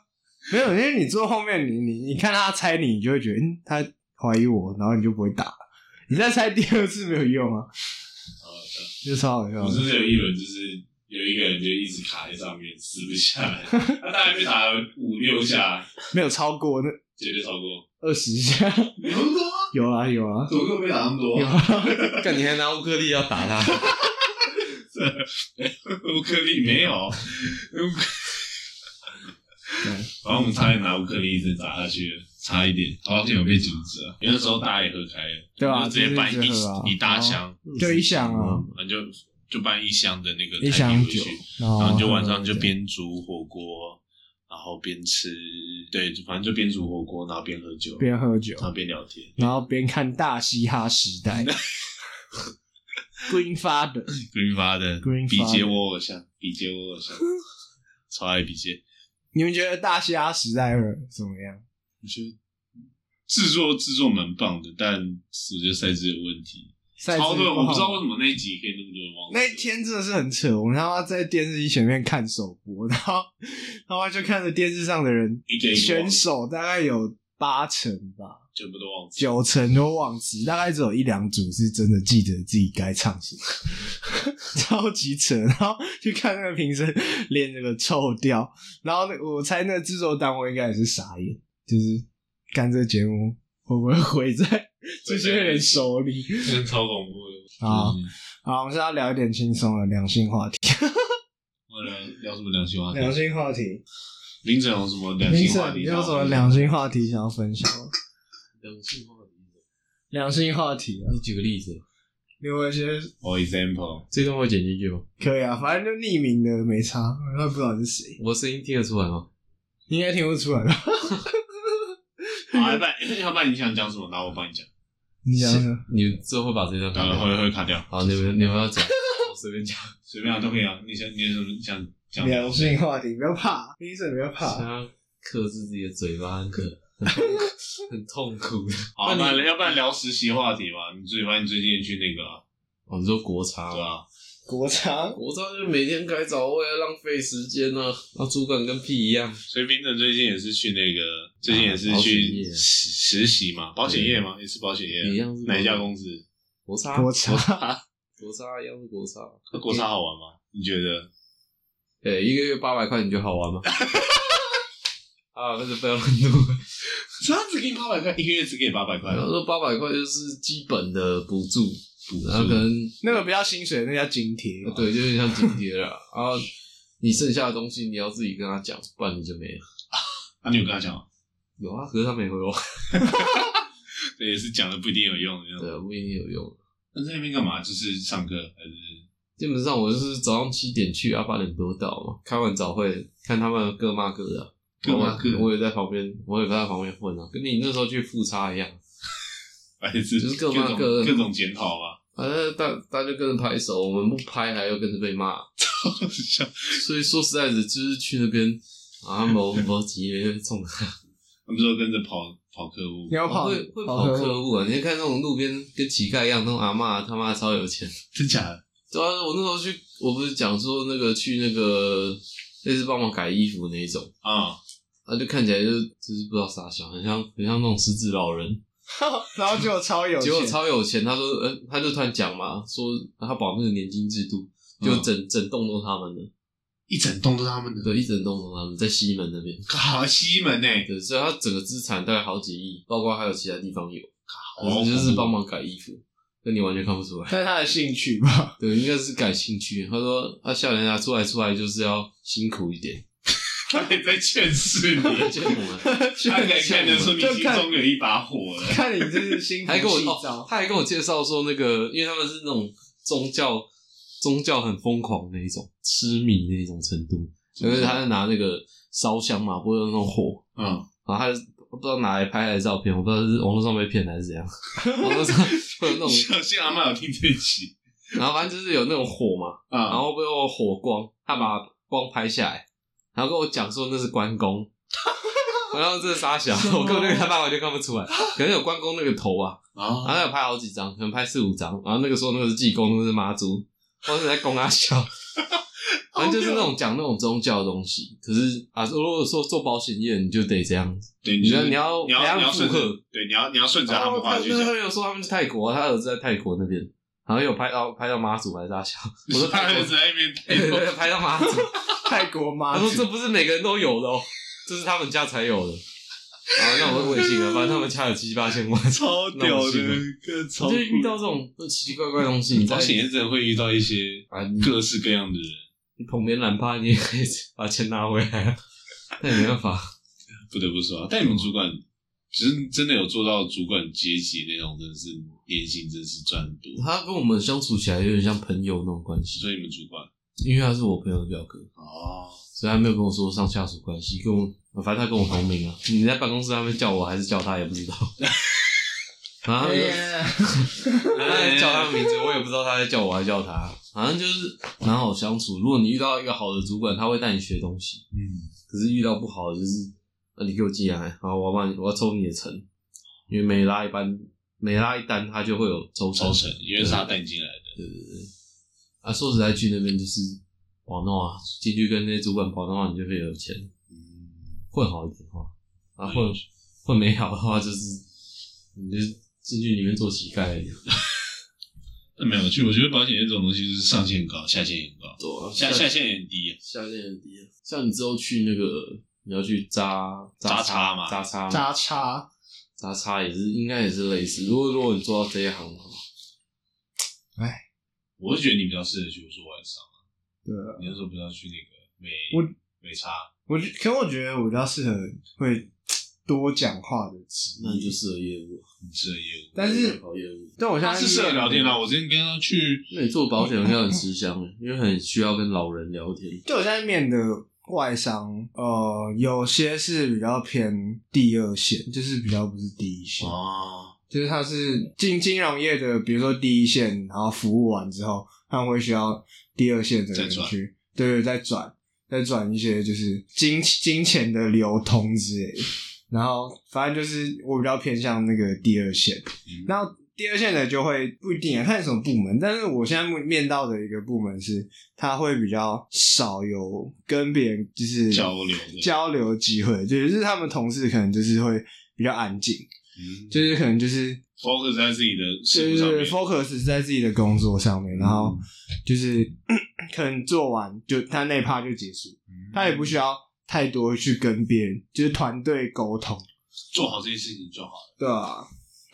[SPEAKER 2] 没有，因为你坐后面，你你你看他猜你，你就会觉得嗯，他怀疑我，然后你就不会打了。你再猜第二次没有用 啊，就超好笑
[SPEAKER 1] 我
[SPEAKER 2] 的。
[SPEAKER 1] 是不是有一轮就是有一个人就一直卡在上面，撕不下来， 他大概被打了五六下，
[SPEAKER 2] 没有超过那
[SPEAKER 1] 绝对超过。
[SPEAKER 2] 二十下，
[SPEAKER 1] 有那么多吗？
[SPEAKER 2] 有啊有啊
[SPEAKER 1] 怎么会被打那么多
[SPEAKER 2] 有
[SPEAKER 1] 啊？
[SPEAKER 2] 啊，
[SPEAKER 4] 干你还拿乌克丽要打他，
[SPEAKER 1] 乌克丽没有，然后我们差点拿乌克丽一直砸下去了，差一点，好险有被阻止啊！因为那时候大家也喝开了，
[SPEAKER 2] 对啊
[SPEAKER 1] 就直接搬
[SPEAKER 2] 就是一直喝啊
[SPEAKER 1] 一一大箱，
[SPEAKER 2] 就一箱啊，
[SPEAKER 1] 然后就就搬一箱的那个
[SPEAKER 2] 一
[SPEAKER 1] 台
[SPEAKER 2] 箱
[SPEAKER 1] 啤回
[SPEAKER 2] 酒哦
[SPEAKER 1] 去，
[SPEAKER 2] 然
[SPEAKER 1] 然后
[SPEAKER 2] 后
[SPEAKER 1] 你就晚上就边煮火锅，然后边吃，对，反正就边煮火锅，然后边喝酒，
[SPEAKER 2] 嗯边喝酒
[SPEAKER 1] 然，后边聊天。
[SPEAKER 2] 然后边看大嘻哈 时代，Green Father，
[SPEAKER 1] Green 发的
[SPEAKER 2] Green
[SPEAKER 1] 比劫
[SPEAKER 2] Father
[SPEAKER 1] 我偶像，比劫我偶像， 超爱比劫。
[SPEAKER 2] 你们觉得大嘻哈时代二怎么样？
[SPEAKER 1] 我觉得制作制作蛮棒的，但我觉得赛制有问题，
[SPEAKER 2] 赛制
[SPEAKER 1] 超多人
[SPEAKER 2] 好
[SPEAKER 1] 我不知道为什么那一集可以那么多人忘记。
[SPEAKER 2] 那一天真的是很扯，我们他妈在电视机前面看首播，然后他妈就看着电视上的人
[SPEAKER 1] 一个一个
[SPEAKER 2] 选
[SPEAKER 1] 忘记
[SPEAKER 2] 手，大概有八成吧，
[SPEAKER 1] 全部都忘记，
[SPEAKER 2] 九成都忘词，大概只有一两组是真的记得自己该唱什么， 超级扯。然后去看那个评审脸那个臭掉，然后那我猜那个制作单位应该也是傻眼，就是干这节目会不会毁在这些人手里？啊
[SPEAKER 1] 真的超恐怖的。 嗯
[SPEAKER 2] 好
[SPEAKER 1] 就是，
[SPEAKER 2] 好，我们现在要聊一点轻松的良性话题。
[SPEAKER 1] 我聊聊什么良心话题？
[SPEAKER 2] 良性话题，
[SPEAKER 1] 凌晨有什么良
[SPEAKER 2] 林
[SPEAKER 1] 心话
[SPEAKER 2] 晨，
[SPEAKER 1] 题？
[SPEAKER 2] 你有什么良？性话题想要分享吗？
[SPEAKER 4] 两性话题，
[SPEAKER 2] 良性话题啊，
[SPEAKER 4] 你举个例子，
[SPEAKER 2] 有没有一些
[SPEAKER 1] For example，
[SPEAKER 4] 这段会剪进去吗？
[SPEAKER 2] 可以啊，反正就匿名的没差，他不知道你是谁，
[SPEAKER 4] 我声音听得出来吗？
[SPEAKER 2] 你应该听不出来吧？
[SPEAKER 1] 好，要不然要不然你想讲什么，然后我帮你讲，
[SPEAKER 2] 你讲
[SPEAKER 4] 是
[SPEAKER 2] 的，
[SPEAKER 4] 你们之啊后会把这段
[SPEAKER 1] 然
[SPEAKER 4] 卡
[SPEAKER 1] 后
[SPEAKER 4] 掉？
[SPEAKER 1] 会会卡掉，
[SPEAKER 4] 好，你们你们 要讲，我随便讲。
[SPEAKER 1] 随便啊都可以啊。你想你有什么想讲的？
[SPEAKER 2] 良性话题，不要怕，医生不要
[SPEAKER 4] 想
[SPEAKER 2] 怕，
[SPEAKER 4] 要克制自己的嘴巴， 很可很痛苦的。
[SPEAKER 1] 好，
[SPEAKER 4] 那
[SPEAKER 1] 那
[SPEAKER 4] 你
[SPEAKER 1] 要不然聊实习话题吧。你最反正最近去那个啊，
[SPEAKER 4] 我们哦说国茶
[SPEAKER 1] 对
[SPEAKER 4] 嘛，
[SPEAKER 1] 啊，
[SPEAKER 2] 国昌
[SPEAKER 4] 国茶就每天开早会，浪费时间呢、啊。那主管跟屁一样，
[SPEAKER 1] 所以平等最近也是去那个，最近也是
[SPEAKER 4] 啊保险
[SPEAKER 1] 去
[SPEAKER 4] 业
[SPEAKER 1] 实实习嘛，保险业嘛，也是保险
[SPEAKER 4] 一
[SPEAKER 1] 业
[SPEAKER 4] 样是，
[SPEAKER 1] 哪一家公司？
[SPEAKER 4] 啊国茶
[SPEAKER 2] 国昌
[SPEAKER 4] 国茶一样是国茶。
[SPEAKER 1] 那国差好玩吗？你觉得？
[SPEAKER 4] 哎、一个月八百块，你觉得好玩吗？ 啊，那是非常多。
[SPEAKER 1] 他只给你八百块，一个月只给你八百块哦
[SPEAKER 4] 然后说八百块就是基本的补助，
[SPEAKER 1] 补
[SPEAKER 4] 然后可
[SPEAKER 1] 助。
[SPEAKER 4] 能
[SPEAKER 2] 那个不叫薪水，那叫津贴。
[SPEAKER 4] 对，就有点像津贴啦。然后你剩下的东西你要自己跟他讲，不然你就没了。
[SPEAKER 1] 那啊你有跟他讲吗？
[SPEAKER 4] 有啊，可是他没回我，
[SPEAKER 1] 对，也是讲的不一定有用这样。
[SPEAKER 4] 对，啊不一定有用。
[SPEAKER 1] 那在那边干嘛？就是上课还是？
[SPEAKER 4] 基本上我就是早上七点去，啊八点多到嘛，开完早会看他们各骂各的啊、
[SPEAKER 1] 各骂各
[SPEAKER 4] 我也在旁边，我也在旁边混啊，跟你那时候去复差一样，
[SPEAKER 1] 还是
[SPEAKER 4] 就是各
[SPEAKER 1] 各
[SPEAKER 4] 骂
[SPEAKER 1] 种
[SPEAKER 4] 各的
[SPEAKER 1] 各种检讨吧，
[SPEAKER 4] 反正大大家跟着拍手，我们不拍还要跟着被骂，
[SPEAKER 1] 像
[SPEAKER 4] 所以说 实在的，就是去那边啊某某几人冲他，
[SPEAKER 1] 他们说跟着跑跑客户
[SPEAKER 2] 你，要跑
[SPEAKER 4] 会会
[SPEAKER 2] 跑
[SPEAKER 4] 跑
[SPEAKER 2] 客户
[SPEAKER 4] 客户啊！你就看那种路边跟乞丐一样，那种阿嬷他妈超有钱。
[SPEAKER 1] 真假的？
[SPEAKER 4] 对啊，我那时候去，我不是讲说那个去那个类似帮忙改衣服那一种，
[SPEAKER 1] 啊、
[SPEAKER 4] 啊，就看起来就是就是不知道傻笑，很像很像那种失智老人。
[SPEAKER 2] 然后结果超有
[SPEAKER 4] 结
[SPEAKER 2] 钱，
[SPEAKER 4] 果超有钱，他说，呃，他就突然讲嘛，说他保密的年金制度，就整、
[SPEAKER 2] 嗯
[SPEAKER 4] 整栋都他们的，
[SPEAKER 1] 一整栋都是他们的，
[SPEAKER 4] 对，一整栋都他们在西门那边，
[SPEAKER 1] 好西门欸呢、
[SPEAKER 4] 对，所以他整个资产大概好几亿，包括还有其他地方有，
[SPEAKER 1] 好
[SPEAKER 4] 我就是帮忙改衣服，那你完全看不出来。
[SPEAKER 2] 但是他的兴趣吧，
[SPEAKER 4] 对，应该是改兴趣。他说他笑人家出来出来就是要辛苦一点，
[SPEAKER 1] 他也在劝世 你，
[SPEAKER 4] 见我们。
[SPEAKER 1] 他可以看得出你
[SPEAKER 2] 就
[SPEAKER 1] 心
[SPEAKER 2] 看
[SPEAKER 1] 中有一把火了。
[SPEAKER 2] 看你这是心浮
[SPEAKER 4] 还跟我、
[SPEAKER 2] 气
[SPEAKER 4] 哦
[SPEAKER 2] 躁，，
[SPEAKER 4] 他还跟我介绍说那个，因为他们是那种宗教宗教很疯狂那一种，痴迷那一种程度，就是他在拿那个烧香嘛，或者那种火，
[SPEAKER 1] 嗯，
[SPEAKER 4] 然后他就不知道哪来拍来的照片，我不知道是网络上被骗还是怎样，网络上会有那种，
[SPEAKER 1] 小心阿妈有听这一集
[SPEAKER 4] 然后反正就是有那种火嘛，然
[SPEAKER 1] 啊，
[SPEAKER 4] 后会有火光，他把光拍下来，然后跟我讲说那是 关公。然后这是傻小，我根本就看爸爸就看不出来，可能有关公那个头啊，
[SPEAKER 1] 啊，
[SPEAKER 4] 然后有拍好几张，可能拍四五张。然后那个时候那个是济公，那个是妈祖，或者在供 阿笑，反正就是那种讲那种宗教的东西。可是啊，如果说做保险业，你就得这样子，
[SPEAKER 1] 对，
[SPEAKER 4] 你
[SPEAKER 1] 就
[SPEAKER 4] 要
[SPEAKER 1] 是
[SPEAKER 4] 你要哦
[SPEAKER 1] 你要
[SPEAKER 4] 还
[SPEAKER 1] 你要
[SPEAKER 4] 附
[SPEAKER 1] 顺
[SPEAKER 4] 和
[SPEAKER 1] 着。，对，你要你要顺着
[SPEAKER 4] 然
[SPEAKER 1] 他们
[SPEAKER 4] 后
[SPEAKER 1] 话
[SPEAKER 4] 他
[SPEAKER 1] 去
[SPEAKER 4] 那
[SPEAKER 1] 讲。
[SPEAKER 4] 他有说他们去泰国，啊他儿子在泰国那边，然后有拍到拍到妈祖还是阿笑，我说
[SPEAKER 1] 他儿
[SPEAKER 4] 泰国
[SPEAKER 1] 子在那边
[SPEAKER 4] 对对对拍 到妈祖，
[SPEAKER 2] 泰国
[SPEAKER 4] 他
[SPEAKER 2] 妈
[SPEAKER 4] 说
[SPEAKER 2] 祖
[SPEAKER 4] 这不是每个人都有的哦，这是他们家才有的。啊，那我就也信了，反正他们家有七八千万。
[SPEAKER 1] 哎超屌的，哥超
[SPEAKER 4] 就
[SPEAKER 1] 酷
[SPEAKER 4] 是遇到这种奇奇怪怪的东西，你在
[SPEAKER 1] 保险也真的会遇到一些
[SPEAKER 4] 啊，你
[SPEAKER 1] 各式各样的人，
[SPEAKER 4] 你捧别人懒趴，你也可以把钱拿回来啊。 那也没办法，
[SPEAKER 1] 不得不说啊。但你们主管，只是真的有做到主管阶级那种，真的是年薪真是赚很多。
[SPEAKER 4] 他跟我们相处起来有点像朋友那种关系，
[SPEAKER 1] 所以你们主管
[SPEAKER 4] 因为他是我朋友的表哥，
[SPEAKER 1] 哦，
[SPEAKER 4] 所以他没有跟我说上下属关系，跟我反正他跟我同名啊。你在办公室他们叫我还是叫他也不知 道，
[SPEAKER 2] 哎
[SPEAKER 4] 啊，他
[SPEAKER 2] 呀
[SPEAKER 4] 在叫他的名字我也不知道他在叫我还是叫他，反正就是蛮好相处。如果你遇到一个好的主管，他会带你学东西，
[SPEAKER 1] 嗯，
[SPEAKER 4] 可是遇到不好的就是，那你给我进来，好，我要帮你，我要抽你的成，因为每拉一班，每拉一单，他就会有抽成。
[SPEAKER 1] 抽成，因为是他带进来的，
[SPEAKER 4] 对对对。啊，说实在，去那边就是玩弄啊，进去跟那些主管玩弄啊，你就会有钱。混好一点的话，嗯啊，混混没好的话，就是你就进去里面做乞丐而已。
[SPEAKER 1] 那没有去，我觉得保险这种东西就是上限很高，下限也很高，
[SPEAKER 4] 对啊
[SPEAKER 1] 下下限也很低啊。
[SPEAKER 4] 下面的敌人，像你之后去那个，你要去扎
[SPEAKER 1] 扎叉嘛
[SPEAKER 4] 扎叉
[SPEAKER 2] 渣叉，
[SPEAKER 4] 杂差也是，应该也是类似。如果如果你做到这一行的话，
[SPEAKER 1] 嗯我是觉得你比较适合去，我说晚上，
[SPEAKER 2] 对啊，
[SPEAKER 1] 你那时候不是要去那个美
[SPEAKER 2] 我
[SPEAKER 1] 美差，
[SPEAKER 2] 我觉可我觉得我比较适合会多讲话的职
[SPEAKER 4] 那你就
[SPEAKER 2] 业，
[SPEAKER 4] 适合业务，
[SPEAKER 1] 你适合业务，
[SPEAKER 2] 但是
[SPEAKER 4] 跑业务。
[SPEAKER 2] 但我现
[SPEAKER 1] 他
[SPEAKER 2] 在
[SPEAKER 1] 是适合聊天啦。啊我之前跟他去，
[SPEAKER 4] 那你做保险应该很吃香，因为很需要跟老人聊天。
[SPEAKER 2] 就我现在面的外商，呃，有些是比较偏第二线，就是比较不是第一线，
[SPEAKER 1] 哦，
[SPEAKER 2] 就是它是进金融业的，比如说第一线，然后服务完之后，他们会需要第二线的人
[SPEAKER 1] 再转
[SPEAKER 2] 去，对对，再转，再转一些就是金金钱的流通之类的。然后反正就是我比较偏向那个第二线，
[SPEAKER 1] 嗯
[SPEAKER 2] 然后第二线的就会不一定看什么部门，但是我现在目面到的一个部门是，他会比较少有跟别人就是
[SPEAKER 1] 交流的
[SPEAKER 2] 交流机会，就是他们同事可能就是会比较安静，
[SPEAKER 1] 嗯
[SPEAKER 2] 就是可能就是
[SPEAKER 1] focus 在自己的事
[SPEAKER 2] 对
[SPEAKER 1] 物上
[SPEAKER 2] 对
[SPEAKER 1] 面，嗯
[SPEAKER 2] ，focus 在自己的工作上面，然后就是 可能做完就他那一趴就结束，他也不
[SPEAKER 1] 嗯
[SPEAKER 2] 需要太多去跟别人就是团队沟通，
[SPEAKER 1] 做好这件事情就好了。
[SPEAKER 2] 对啊。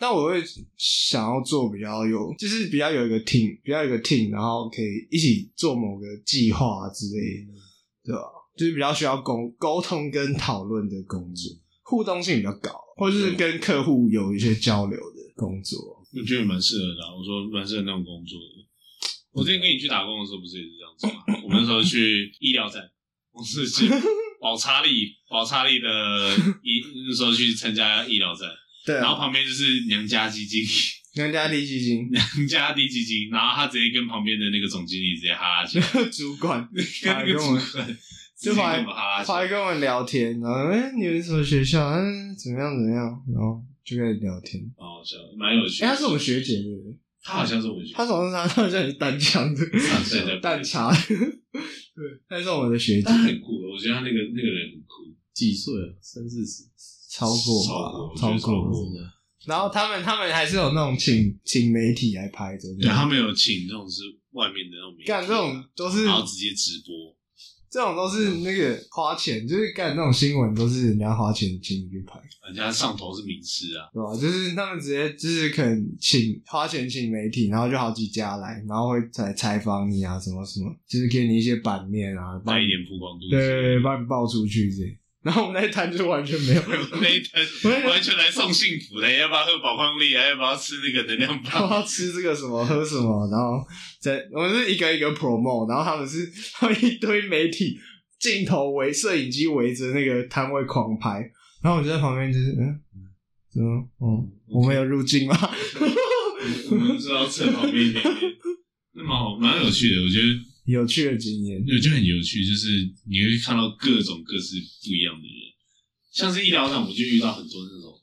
[SPEAKER 2] 那我会想要做比较有，就是比较有一个 team，比较有一个 team，然后可以一起做某个计划之类
[SPEAKER 1] 嗯
[SPEAKER 2] 的，对吧、就是比较需要沟沟通跟讨论的工作，互动性比较高，或者是跟客户有一些交流的工作。
[SPEAKER 1] 我觉得你蛮适合的啊、我说蛮适合那种工作的。我之前跟你去打工的时候，不是也是这样子吗？我们那时候去医疗站，我是去保查理，保查理的医，那时候去参加医疗站，
[SPEAKER 2] 对
[SPEAKER 1] 然后
[SPEAKER 2] 啊，
[SPEAKER 1] 旁边就是娘家基金，
[SPEAKER 2] 跟人家立基金
[SPEAKER 1] 娘家低基金， 然后他直接跟旁边的那个总经理直接哈拉起来，
[SPEAKER 2] 主管，
[SPEAKER 1] 跟那个主
[SPEAKER 2] 我
[SPEAKER 1] 管直直接
[SPEAKER 2] 就跑来
[SPEAKER 1] 跟我们哈拉
[SPEAKER 2] 跑来跟我们聊天，然后哎、你们什么学校？嗯、怎么样怎么样？然后就开始聊天。
[SPEAKER 1] 蛮好笑，蛮有趣
[SPEAKER 2] 哎、
[SPEAKER 1] 的。
[SPEAKER 2] 她是我们学姐对不对？
[SPEAKER 1] 他好像是我们学
[SPEAKER 2] 她总是她她好像也是单枪的，
[SPEAKER 1] 对啊 对对
[SPEAKER 2] 蛋茶的，对，她是我们的学姐
[SPEAKER 1] 但，很酷，我觉得他那个那个人很酷，
[SPEAKER 4] 几岁啊？三四十，
[SPEAKER 2] 超过吧，
[SPEAKER 1] 超过我觉得超过
[SPEAKER 2] 过。
[SPEAKER 4] 真的。
[SPEAKER 2] 然后他们他们还是有那种请请媒体来拍的，
[SPEAKER 1] 对啊他们有请那种是外面的那种，
[SPEAKER 2] 干这种，都是
[SPEAKER 1] 然后直接直播，
[SPEAKER 2] 这种都是那个花钱，就是干那种新闻都是人家花钱请你去拍，
[SPEAKER 1] 人家上头是名师啊，
[SPEAKER 2] 对吧？就是他们直接就是可能请花钱请媒体，然后就好几家来，然后会来采访你啊，什么什么，就是给你一些版面啊，帮
[SPEAKER 1] 带一
[SPEAKER 2] 你
[SPEAKER 1] 点曝光度。
[SPEAKER 2] 对对对，把你爆出去这样。 然后我们那一摊就完全没有，
[SPEAKER 1] 那一摊完全来送幸福的，要不要喝宝矿力，啊还要不要吃那个能量
[SPEAKER 2] 然
[SPEAKER 1] 棒？
[SPEAKER 2] 后吃这个什么喝什么，然后在我们是一个一个 promo，然后他们是他们一堆媒体镜头围摄影机围着那个摊位狂拍，然后我就在旁边就是嗯，怎么嗯， 我们有入境吗？
[SPEAKER 1] 我们知道侧旁边一点点，那蛮好，蛮有趣的。我觉得
[SPEAKER 2] 有趣的经验，
[SPEAKER 1] 我觉得很有趣，就是你会看到各种各式不一样的人，像是医疗上，我就遇到很多那种，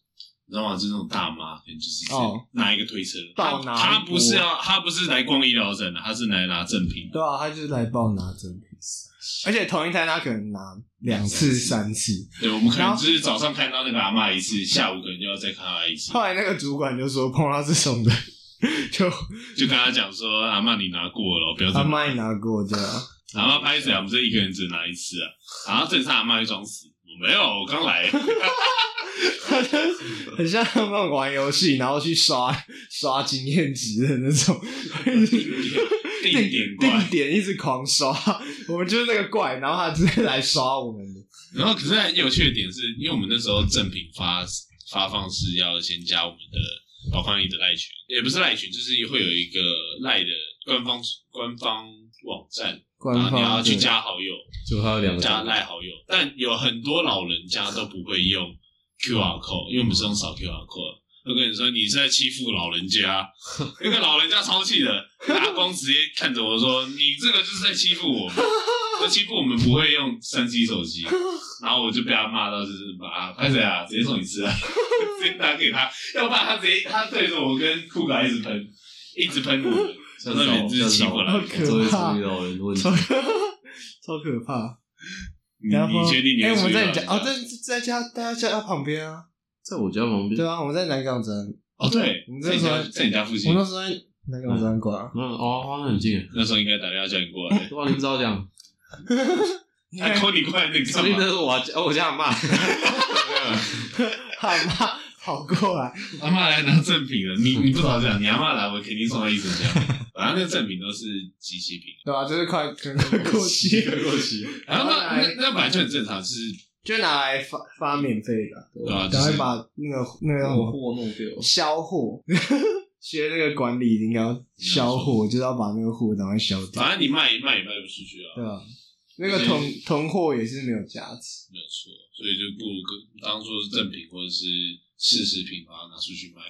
[SPEAKER 1] 你知道吗？就是那种大妈，可能就是
[SPEAKER 2] 哦
[SPEAKER 1] 拿一个推车，她
[SPEAKER 2] 倒拿
[SPEAKER 1] 她
[SPEAKER 2] 一波
[SPEAKER 1] 不是要，她不是来逛医疗站的，她是来拿赠品的。
[SPEAKER 2] 对啊，他就是来帮我拿真品，而且同一摊他可能拿两次三次，
[SPEAKER 1] 对，我们可
[SPEAKER 2] 然
[SPEAKER 1] 能
[SPEAKER 2] 后
[SPEAKER 1] 只是早上看到那个阿嬷一次，下午可能就要再看她一次，
[SPEAKER 2] 后来那个主管就说碰到这种的 就
[SPEAKER 1] 就跟她讲说：“阿嬷你拿过了，不要再
[SPEAKER 2] 他
[SPEAKER 1] 拿。
[SPEAKER 2] 妈也拿过这样。”
[SPEAKER 1] 阿嬷拍谁啊？我们这一个人只拿一次啊。然后正常阿嬷就装死，我没有，我刚来。
[SPEAKER 2] 很像他们玩游戏，然后去刷刷经验值的那种，
[SPEAKER 1] 定点怪
[SPEAKER 2] 定点一直狂刷。我们就是那个怪，然后他直接来刷我们的。
[SPEAKER 1] 然后可是很有趣的点是，因为我们那时候赠品发发放是要先加我们的宝矿力的赖群，也不是赖群，就是会有一个赖的官方官方网站，
[SPEAKER 2] 官
[SPEAKER 1] 然后
[SPEAKER 2] 方
[SPEAKER 1] 啊你要去加好友，
[SPEAKER 4] 就还有两个
[SPEAKER 2] 啊
[SPEAKER 1] 加赖好友，但有很多老人家都不会用 QR code，因为我们是用扫 QR code。我跟你说，你是在欺负老人 家，那个老人家超气的，阿光直接看着我说：“你这个就是在欺负我们，就欺负我们不会用三 G 手 机。”然后我就被他骂到，就是把拍谁啊，直接送你吃啊， 直接拿给他，要不然他直接他对着我跟酷卡一直喷，一直喷我 们，
[SPEAKER 4] 像
[SPEAKER 1] 那
[SPEAKER 4] 找
[SPEAKER 1] 名字是欺负
[SPEAKER 4] 像
[SPEAKER 1] 老
[SPEAKER 4] 找
[SPEAKER 1] 人
[SPEAKER 2] 家
[SPEAKER 4] 周围注意到人的问题
[SPEAKER 2] 超， 超可怕。
[SPEAKER 1] 你你确定你
[SPEAKER 2] 哎、
[SPEAKER 1] 会
[SPEAKER 2] 我们
[SPEAKER 1] 注意
[SPEAKER 2] 在
[SPEAKER 1] 到
[SPEAKER 2] 你家
[SPEAKER 1] 人家
[SPEAKER 2] 哦，在在家，大家家旁边啊，
[SPEAKER 4] 在我家旁边
[SPEAKER 2] 对。啊，我们在南港站，
[SPEAKER 1] 哦，对，
[SPEAKER 2] 我们
[SPEAKER 1] 在
[SPEAKER 2] 这
[SPEAKER 1] 你
[SPEAKER 2] 时候
[SPEAKER 1] 家在你家附近
[SPEAKER 2] 我，那时候在南港站挂、啊。
[SPEAKER 4] 嗯哦，那很近耶，
[SPEAKER 1] 那时候应该打电话叫你过来。
[SPEAKER 4] 哇，你不知道这 样，
[SPEAKER 2] 嗯
[SPEAKER 1] 他 call 你过来，你
[SPEAKER 4] 所
[SPEAKER 1] 干
[SPEAKER 4] 以那
[SPEAKER 1] 嘛？
[SPEAKER 4] 是我家我家阿妈，
[SPEAKER 1] 嗯
[SPEAKER 2] 他妈跑过来，
[SPEAKER 1] 阿妈来拿赠品了，你你不早讲，你阿妈来，我肯定送她一整箱。反正那个赠品都是机器品，
[SPEAKER 2] 对吧、啊？就是 快可能快过期了，
[SPEAKER 1] 过期。然后那那那本来就很正常，就是
[SPEAKER 2] 就拿来发发免费的啊、
[SPEAKER 1] 对啊，就
[SPEAKER 2] 赶快
[SPEAKER 1] 是
[SPEAKER 2] 把那个那个
[SPEAKER 4] 我货弄掉，
[SPEAKER 2] 销货，学那个管理应该要销货，就是要把那个货赶快销掉，
[SPEAKER 1] 反正你卖卖也卖不出去啊，
[SPEAKER 2] 对吧？那个囤囤货也是没有价值，
[SPEAKER 1] 没有错，所以就不如跟当做是赠品或者是试食品把它拿出去卖，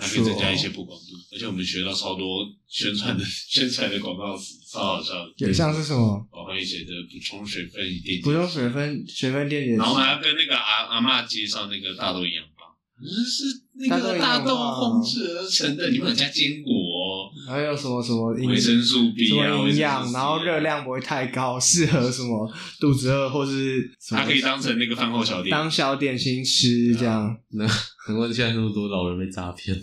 [SPEAKER 1] 还可以增加一些曝光度。而且我们学到超多宣传的宣传的广告词，超好笑的。
[SPEAKER 2] 有像是什么
[SPEAKER 1] 我会写的补充水分一点点，
[SPEAKER 2] 不用水分水分电解质
[SPEAKER 1] 然后，我们还要跟那个阿阿嬷介绍那个大豆营养棒，是那
[SPEAKER 2] 大豆
[SPEAKER 1] 个
[SPEAKER 2] 营养
[SPEAKER 1] 大
[SPEAKER 2] 棒
[SPEAKER 1] 豆烘制而成的，里面有加坚果、哦、
[SPEAKER 2] 还有什么什么营
[SPEAKER 1] 维生素 B 啊，
[SPEAKER 2] 什么
[SPEAKER 1] 维生素
[SPEAKER 2] 营
[SPEAKER 1] C 啊
[SPEAKER 2] 养，然后热，量不会太高，适合什么肚子饿或是什么
[SPEAKER 1] 它可以啊当成那个饭后小点。
[SPEAKER 2] 当小点心吃，这样
[SPEAKER 4] 难怪现在那么多老人被诈骗。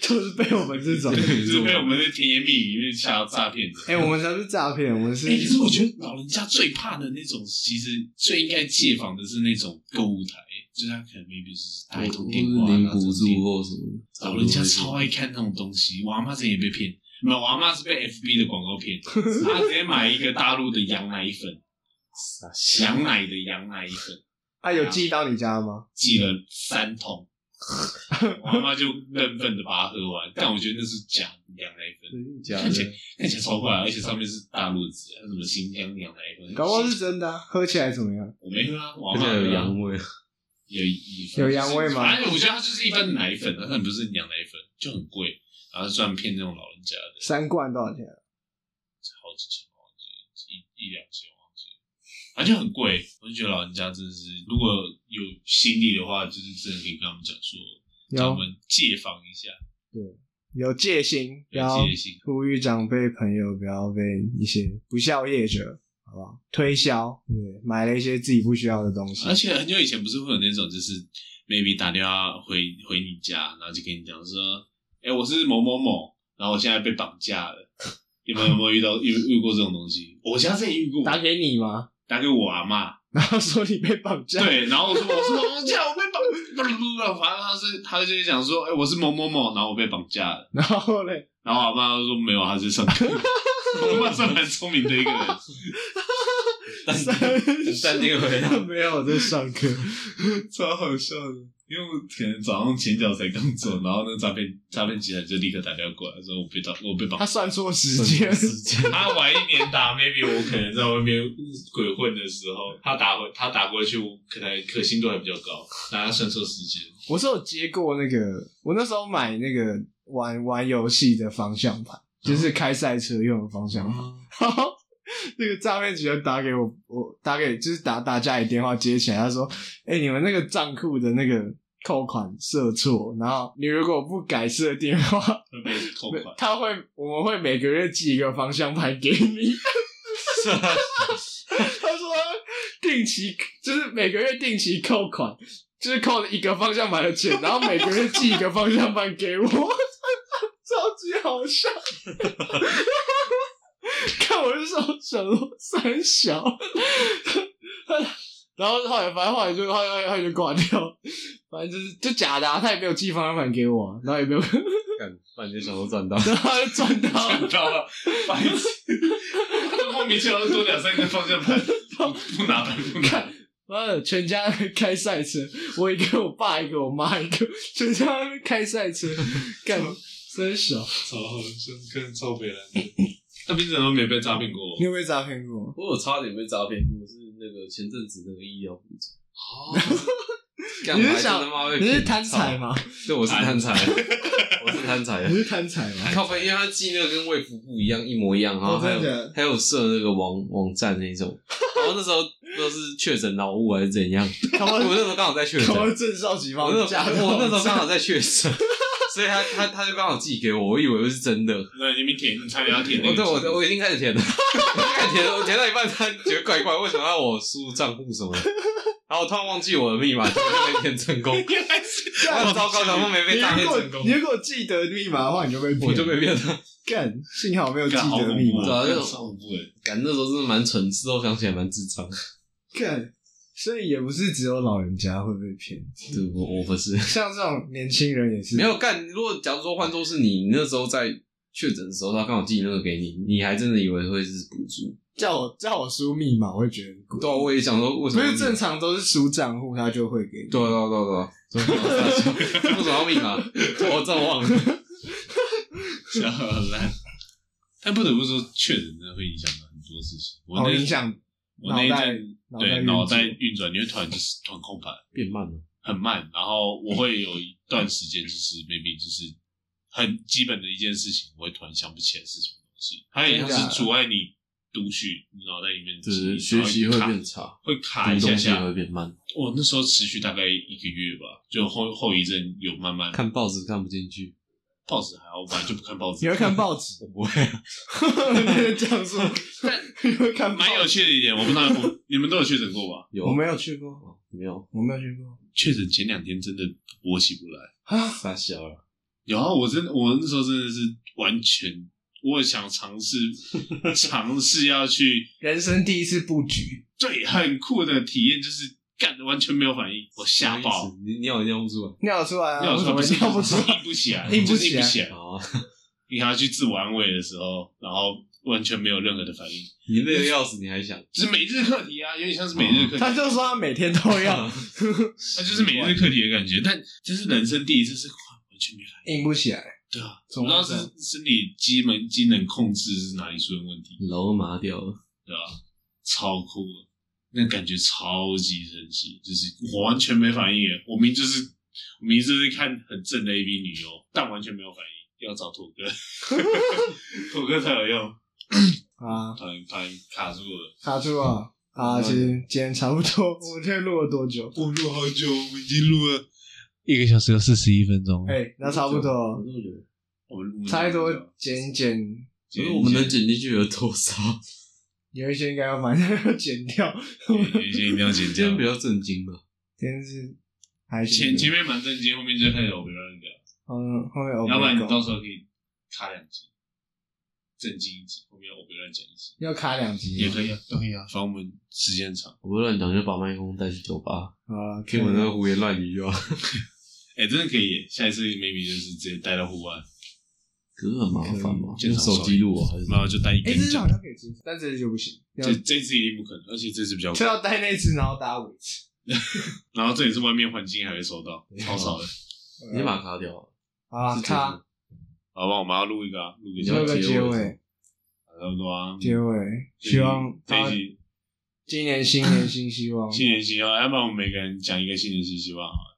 [SPEAKER 2] 就是被我们这 种。
[SPEAKER 1] 就是被我们的甜言蜜语里面下诈骗的。
[SPEAKER 2] 哎，我们才是诈骗，我们是
[SPEAKER 1] 哎、可是我觉得老人家最怕的那种，其实最应该借防的是那种购物台，就是他可能 maybe 哎是打一通电话，
[SPEAKER 4] 或是领
[SPEAKER 1] 然后
[SPEAKER 4] 补
[SPEAKER 1] 这种
[SPEAKER 4] 助
[SPEAKER 1] 电
[SPEAKER 4] 或什么，
[SPEAKER 1] 老人
[SPEAKER 2] 嗯
[SPEAKER 1] 家超爱看那种东西。我阿妈之前也被骗，没有，我阿妈是被 FB 的广告骗，她直接买一个大陆的羊奶粉， 羊奶的羊奶粉，
[SPEAKER 2] 啊，有寄到你家吗？
[SPEAKER 1] 寄了三桶，我阿妈就笨笨的把它喝完。但我觉得那是假的羊奶粉，
[SPEAKER 4] 假
[SPEAKER 1] 看起
[SPEAKER 4] 的
[SPEAKER 1] 来。看起来超怪，而且上面是大陆字，什么新疆羊奶粉，
[SPEAKER 2] 搞不好是真的啊，喝起来怎么样？
[SPEAKER 1] 我没喝啊，我
[SPEAKER 4] 而
[SPEAKER 1] 阿妈
[SPEAKER 4] 且有羊味，
[SPEAKER 1] 有
[SPEAKER 2] 有羊味吗
[SPEAKER 1] 反正我觉得它就是一般的奶粉，啊但不是羊奶粉，就很贵，然后专骗那种老人家的。
[SPEAKER 2] 三罐多少钱啊？
[SPEAKER 1] 好几千，忘记一一两千，忘记了。而且很贵，我就觉得老人家真的是，如果有心力的话，就是真的可以跟他们讲说，叫我
[SPEAKER 2] 有
[SPEAKER 1] 们借防一下，
[SPEAKER 2] 有戒心，不
[SPEAKER 1] 有
[SPEAKER 2] 要
[SPEAKER 1] 戒心
[SPEAKER 2] 呼吁长辈朋友不要被一些不孝业者，好不好？推销，对，买了一些自己不需要的东西，
[SPEAKER 1] 而且很久以前不是会有那种，就是 maybe 打电话回回你家，然后就跟你讲说，哎、我是某某某，然后我现在被绑架了。你们有没有遇到遇遇过这种东西？我家之前遇过，
[SPEAKER 2] 打
[SPEAKER 1] 打
[SPEAKER 2] 给你吗？
[SPEAKER 1] 给我阿妈，
[SPEAKER 2] 然后说你被绑架，
[SPEAKER 1] 对，然后我说我是 绑架，我被绑，不不不，反正他是他就讲说，哎、我是某某某，然后我被绑架了，
[SPEAKER 2] 然后嘞，
[SPEAKER 1] 然后我阿妈就说没有，他是上课。我妈是蛮聪明的一个人，
[SPEAKER 3] 但
[SPEAKER 2] 三
[SPEAKER 3] 淡定回答
[SPEAKER 2] 没有我在上课，
[SPEAKER 1] 超好笑的。因为我可能早上前脚才刚做，然后那诈骗诈骗集团就立刻打电话过来，说我被打，我被绑
[SPEAKER 2] 他。算错 时间，
[SPEAKER 4] 时间
[SPEAKER 1] 他晚一年打，maybe 我可能在外面鬼混的时候，他打回他打过去，我可能可信度还比较高，大家算错时 间。
[SPEAKER 2] 我是有接过那个，我那时候买那个玩玩游戏的方向盘，就是开赛车用的方向盘。 然后那个诈骗集团打给我，我打给就是打打家里电话接起来，他说：“哎、你们那个账户的那个扣款设错，然后你如果不改设定的话，
[SPEAKER 1] 会被扣款，
[SPEAKER 2] 他会我们会每个月寄一个方向盘给 你。”他说定期就是每个月定期扣款，就是扣一个方向盘的钱，然后每个月寄一个方向盘给我， 超级好笑。看我就说想说三小，然后后来反正后来就后来后来就挂掉，反正就是就假的、啊，他也没有寄方向盘给我啊、然后也没有，，
[SPEAKER 4] 干，半天想都赚 到
[SPEAKER 2] 然后他就赚到了
[SPEAKER 1] 看到了，白痴，他莫名其妙多两三个方向盘，不不拿牌不拿。
[SPEAKER 2] 妈的，全家开赛车，我一个，我爸一个，我妈一个，全家在那边开赛车，干真小。
[SPEAKER 1] 超好笑，跟超北蓝。那平时都没被诈骗过
[SPEAKER 2] 你有被诈骗过？
[SPEAKER 4] 我有差点被诈骗过，是那个前阵子那个医疗补助。
[SPEAKER 1] 哦，
[SPEAKER 4] 干
[SPEAKER 2] 你是
[SPEAKER 4] 我还真
[SPEAKER 2] 想
[SPEAKER 4] 他妈被
[SPEAKER 2] 你是
[SPEAKER 4] 骗
[SPEAKER 2] 贪财？
[SPEAKER 4] 操
[SPEAKER 2] 吗？
[SPEAKER 4] 对，我是贪财，我是贪 财
[SPEAKER 2] 你。是贪财吗？
[SPEAKER 4] 靠背，因为他寄那个跟卫福部一样，一模一样，然后
[SPEAKER 2] 哦
[SPEAKER 4] 还有、
[SPEAKER 2] 真的假的
[SPEAKER 4] 还有设那个网网站那一种，然后那时候不知道是确诊脑雾还是怎样，
[SPEAKER 2] 他
[SPEAKER 4] 我
[SPEAKER 2] 妈
[SPEAKER 4] 那时候刚好在确诊，
[SPEAKER 2] 他妈
[SPEAKER 4] 我
[SPEAKER 2] 郑少奇帮
[SPEAKER 4] 那时
[SPEAKER 2] 假的
[SPEAKER 4] 候我那时候刚好在确诊，所以他他他就刚好寄给我，我以为是真的，
[SPEAKER 1] 那你们舔，你差点要舔那
[SPEAKER 4] 哦，
[SPEAKER 1] 个
[SPEAKER 4] 对，
[SPEAKER 1] 字。
[SPEAKER 4] 我我已经开始填了，我已经开始填了，我填到一半，他觉得怪怪，为什么要我输入账户什么的？ 然后我突然忘记我的密码，结果就没填成 功，
[SPEAKER 1] 原来是
[SPEAKER 4] 我很糟糕，然后没被诈
[SPEAKER 2] 你
[SPEAKER 4] 骗
[SPEAKER 2] 如果
[SPEAKER 4] 成功
[SPEAKER 2] 你，如果记得密码的话，你就被骗
[SPEAKER 4] 我就被骗了。
[SPEAKER 2] 干。幸好没有记
[SPEAKER 1] 干好
[SPEAKER 2] 得
[SPEAKER 1] 恐
[SPEAKER 2] 密
[SPEAKER 1] 怖
[SPEAKER 2] 码，
[SPEAKER 1] 哦，
[SPEAKER 4] 对啊
[SPEAKER 1] 干超恐怖哎！
[SPEAKER 4] 感那时候真的蛮蠢，事后想起来蛮智障。
[SPEAKER 2] 干。所以也不是只有老人家会被骗，
[SPEAKER 4] 对，我我不是
[SPEAKER 2] 像这种年轻人也是。
[SPEAKER 4] 没有干。如果假如说换作是你，你那时候在确诊的时候，他刚好寄那个给你，你还真的以为会是补助？
[SPEAKER 2] 叫我叫我输密码，我会觉得很
[SPEAKER 4] 对啊，
[SPEAKER 2] 贵。
[SPEAKER 4] 我也想说为什
[SPEAKER 2] 不
[SPEAKER 4] 么
[SPEAKER 2] 是正常都是输账户，他就会给你。
[SPEAKER 4] 对啊对啊对啊对啊，为什么要命啊？我真的忘了。
[SPEAKER 1] 小烂。但不得不说，确诊真的会影响到很多事情。我
[SPEAKER 2] 好
[SPEAKER 1] 那
[SPEAKER 2] 哦影响
[SPEAKER 1] 我那一
[SPEAKER 2] 脑袋
[SPEAKER 1] 阵对
[SPEAKER 2] 脑
[SPEAKER 1] 脑
[SPEAKER 2] 袋
[SPEAKER 1] 袋
[SPEAKER 2] 运作
[SPEAKER 1] 运转，你会突然就是突然空白，
[SPEAKER 4] 变慢了，
[SPEAKER 1] 很慢。然后我会有一段时间，就是 maybe 就是很基本的一件事情，我会突然想不起来是什么东西。它也
[SPEAKER 2] 真的假
[SPEAKER 1] 是
[SPEAKER 2] 的
[SPEAKER 1] 阻碍你读取你脑袋里面的记
[SPEAKER 4] 就
[SPEAKER 1] 忆，
[SPEAKER 4] 是
[SPEAKER 1] 然
[SPEAKER 4] 学
[SPEAKER 1] 后
[SPEAKER 4] 习会
[SPEAKER 1] 卡
[SPEAKER 4] 变差，
[SPEAKER 1] 会卡
[SPEAKER 4] 读
[SPEAKER 1] 一下
[SPEAKER 4] 东西也
[SPEAKER 1] 下
[SPEAKER 4] 会。变慢，
[SPEAKER 1] 我那时候持续大概一个月吧，就后后遗症有慢慢。
[SPEAKER 4] 看报纸看不进去。
[SPEAKER 1] 报纸还好，我本来就不看报纸。
[SPEAKER 2] 你会看报纸？
[SPEAKER 4] 我不会，
[SPEAKER 1] 啊
[SPEAKER 2] 你这样说，你会看报
[SPEAKER 1] 蛮有
[SPEAKER 2] 纸？
[SPEAKER 1] 趣的一点，我不知道我你们都有确诊过吧？
[SPEAKER 4] 有
[SPEAKER 2] 我没有去过，
[SPEAKER 4] 哦没有
[SPEAKER 2] 我没有去过
[SPEAKER 1] 确诊前两天真的勃起不来，
[SPEAKER 2] 啊！
[SPEAKER 4] 傻小了，
[SPEAKER 1] 然后我真的我那时候真的是完全，我也想尝试 尝试要去
[SPEAKER 2] 人生第一次布局，
[SPEAKER 1] 最很酷的体验，就是干完全没有反应，我吓爆，
[SPEAKER 4] 你尿也尿不出来。
[SPEAKER 2] 尿出来啊，
[SPEAKER 1] 尿
[SPEAKER 2] 为
[SPEAKER 1] 出
[SPEAKER 2] 什
[SPEAKER 1] 来
[SPEAKER 2] 么
[SPEAKER 1] 不是
[SPEAKER 2] 尿不出来？
[SPEAKER 1] 硬不起来，
[SPEAKER 2] 硬不
[SPEAKER 1] 不
[SPEAKER 2] 起来
[SPEAKER 1] 硬起来，
[SPEAKER 4] 啊，
[SPEAKER 1] 你想要去自我安慰的时候，然后完全没有任何的反应，
[SPEAKER 4] 你累得要死，你还想？
[SPEAKER 1] 就是每日课题啊，有点像是每日课题，
[SPEAKER 2] 嗯他就说他每天都 要
[SPEAKER 1] 它就是每日课题的感觉，但这是人生第一次是完全没有反应。
[SPEAKER 2] 硬不起来，
[SPEAKER 1] 对啊，
[SPEAKER 2] 怎
[SPEAKER 1] 不知道
[SPEAKER 2] 么会
[SPEAKER 1] 是
[SPEAKER 2] 这样
[SPEAKER 1] 生理机能机能控制是哪里出了问题，
[SPEAKER 4] 楼麻掉了，
[SPEAKER 1] 对吧、超酷的，那感觉超级神奇，就是我完全没反应耶，我明就是我明就是看很正的 A B 女优，但完全没有反应，要找土哥，土哥才有用，
[SPEAKER 2] 啊，
[SPEAKER 1] 反应反应卡住了，
[SPEAKER 2] 卡住了，啊，其实今天差不多，我们今天录了多久？
[SPEAKER 1] 我们录好久，我们已经录了一个小时有四十一分钟。
[SPEAKER 2] 哎、那差不多
[SPEAKER 4] 我，都觉得，
[SPEAKER 1] 我们录
[SPEAKER 2] 差不多剪一剪，
[SPEAKER 4] 可是我们能剪进去有多少？
[SPEAKER 2] 有一些应该 要把它剪掉。
[SPEAKER 1] 有一些一定要剪
[SPEAKER 4] 今
[SPEAKER 1] 掉
[SPEAKER 4] 天比。较震惊吧，
[SPEAKER 2] 今天是还
[SPEAKER 1] 前
[SPEAKER 2] 行，
[SPEAKER 1] 前面蛮正经，后面就开始我们乱聊，
[SPEAKER 2] 嗯，后面我
[SPEAKER 1] 要不然你到
[SPEAKER 2] 们
[SPEAKER 1] 时候可以卡两集，正经一集，后面我们乱讲一集
[SPEAKER 2] 要卡两集
[SPEAKER 1] 也
[SPEAKER 2] 吗，
[SPEAKER 1] 可以啊，都可以啊，反正我们时间长。
[SPEAKER 4] 我不乱讲就把麦克风带去酒吧，
[SPEAKER 2] 啊，
[SPEAKER 4] 听我那个胡言乱语就啊好。
[SPEAKER 1] 哎，真的可以耶，下一次 maybe 就是直接带到户外，
[SPEAKER 4] 可是很麻烦嘛，
[SPEAKER 1] 可以
[SPEAKER 4] 用手机录啊，还是
[SPEAKER 1] 然后就带一
[SPEAKER 2] 哎、
[SPEAKER 1] 根
[SPEAKER 2] 这只
[SPEAKER 1] 讲
[SPEAKER 2] 好。像可以接受，但这只就不行，要啊
[SPEAKER 1] 这这次一定不可能，而且这次比较
[SPEAKER 2] 这要带那只，然后打五次。
[SPEAKER 1] 然后这里是外面环境还会收到，超吵的。
[SPEAKER 4] 你先把它卡掉啊。
[SPEAKER 2] 好啊，
[SPEAKER 4] 是
[SPEAKER 2] 卡
[SPEAKER 1] 好吧，我们要录一个啊，录个
[SPEAKER 2] 做
[SPEAKER 1] 小
[SPEAKER 4] 要
[SPEAKER 2] 个
[SPEAKER 1] 节，
[SPEAKER 2] 结尾，
[SPEAKER 1] 差不多啊。
[SPEAKER 2] 结尾，希望
[SPEAKER 1] 这一
[SPEAKER 2] 大家
[SPEAKER 1] 集
[SPEAKER 2] 今年新年新希 望。
[SPEAKER 1] 新年新希望，要不然我们每个人讲一个新年新希望好了。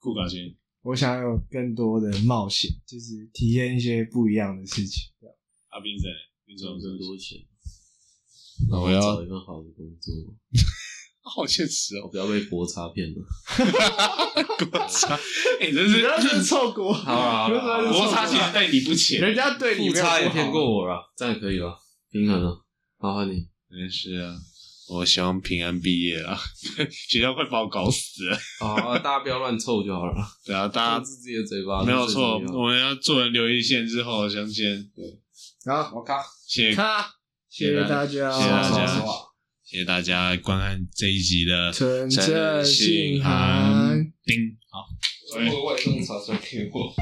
[SPEAKER 1] 酷搞先，
[SPEAKER 2] 我想有更多的冒险，就是体验一些不一样的事情。
[SPEAKER 1] 阿斌仔，你怎
[SPEAKER 4] 赚
[SPEAKER 1] 么
[SPEAKER 4] 更
[SPEAKER 1] 说？
[SPEAKER 4] 多钱，
[SPEAKER 1] 那
[SPEAKER 4] 然
[SPEAKER 1] 我
[SPEAKER 4] 后
[SPEAKER 1] 要
[SPEAKER 4] 找一份好的工作，
[SPEAKER 1] 好现实哦，
[SPEAKER 4] 我不要被国差骗了。
[SPEAKER 1] 国差， 哎，真是
[SPEAKER 2] 不要是臭国，
[SPEAKER 4] 好 啊好啊
[SPEAKER 2] 不要真是臭
[SPEAKER 1] 国差其实带你不浅，
[SPEAKER 2] 人家对你
[SPEAKER 4] 富
[SPEAKER 2] 没有
[SPEAKER 4] 差也
[SPEAKER 2] 不好啊
[SPEAKER 4] 骗过我了，这样也可以了，平衡了。麻烦你，
[SPEAKER 1] 真是啊。我希望平安毕业啊！ 学校快把我搞死了。
[SPEAKER 4] 好啊，大家不要乱凑就好了，
[SPEAKER 1] 对啊，大
[SPEAKER 4] 大
[SPEAKER 1] 家
[SPEAKER 4] 家自己的嘴巴
[SPEAKER 1] 没有错，
[SPEAKER 4] 最重要
[SPEAKER 1] 我们要做人留一线，日后相见。对，
[SPEAKER 2] 好，我靠，
[SPEAKER 1] 谢谢
[SPEAKER 2] 卡，谢谢大家，
[SPEAKER 1] 谢谢大家
[SPEAKER 2] 好好好
[SPEAKER 1] 谢谢大家观看这一集的
[SPEAKER 2] 纯正信函。
[SPEAKER 1] 叮，好，
[SPEAKER 4] 我外送茶水给我。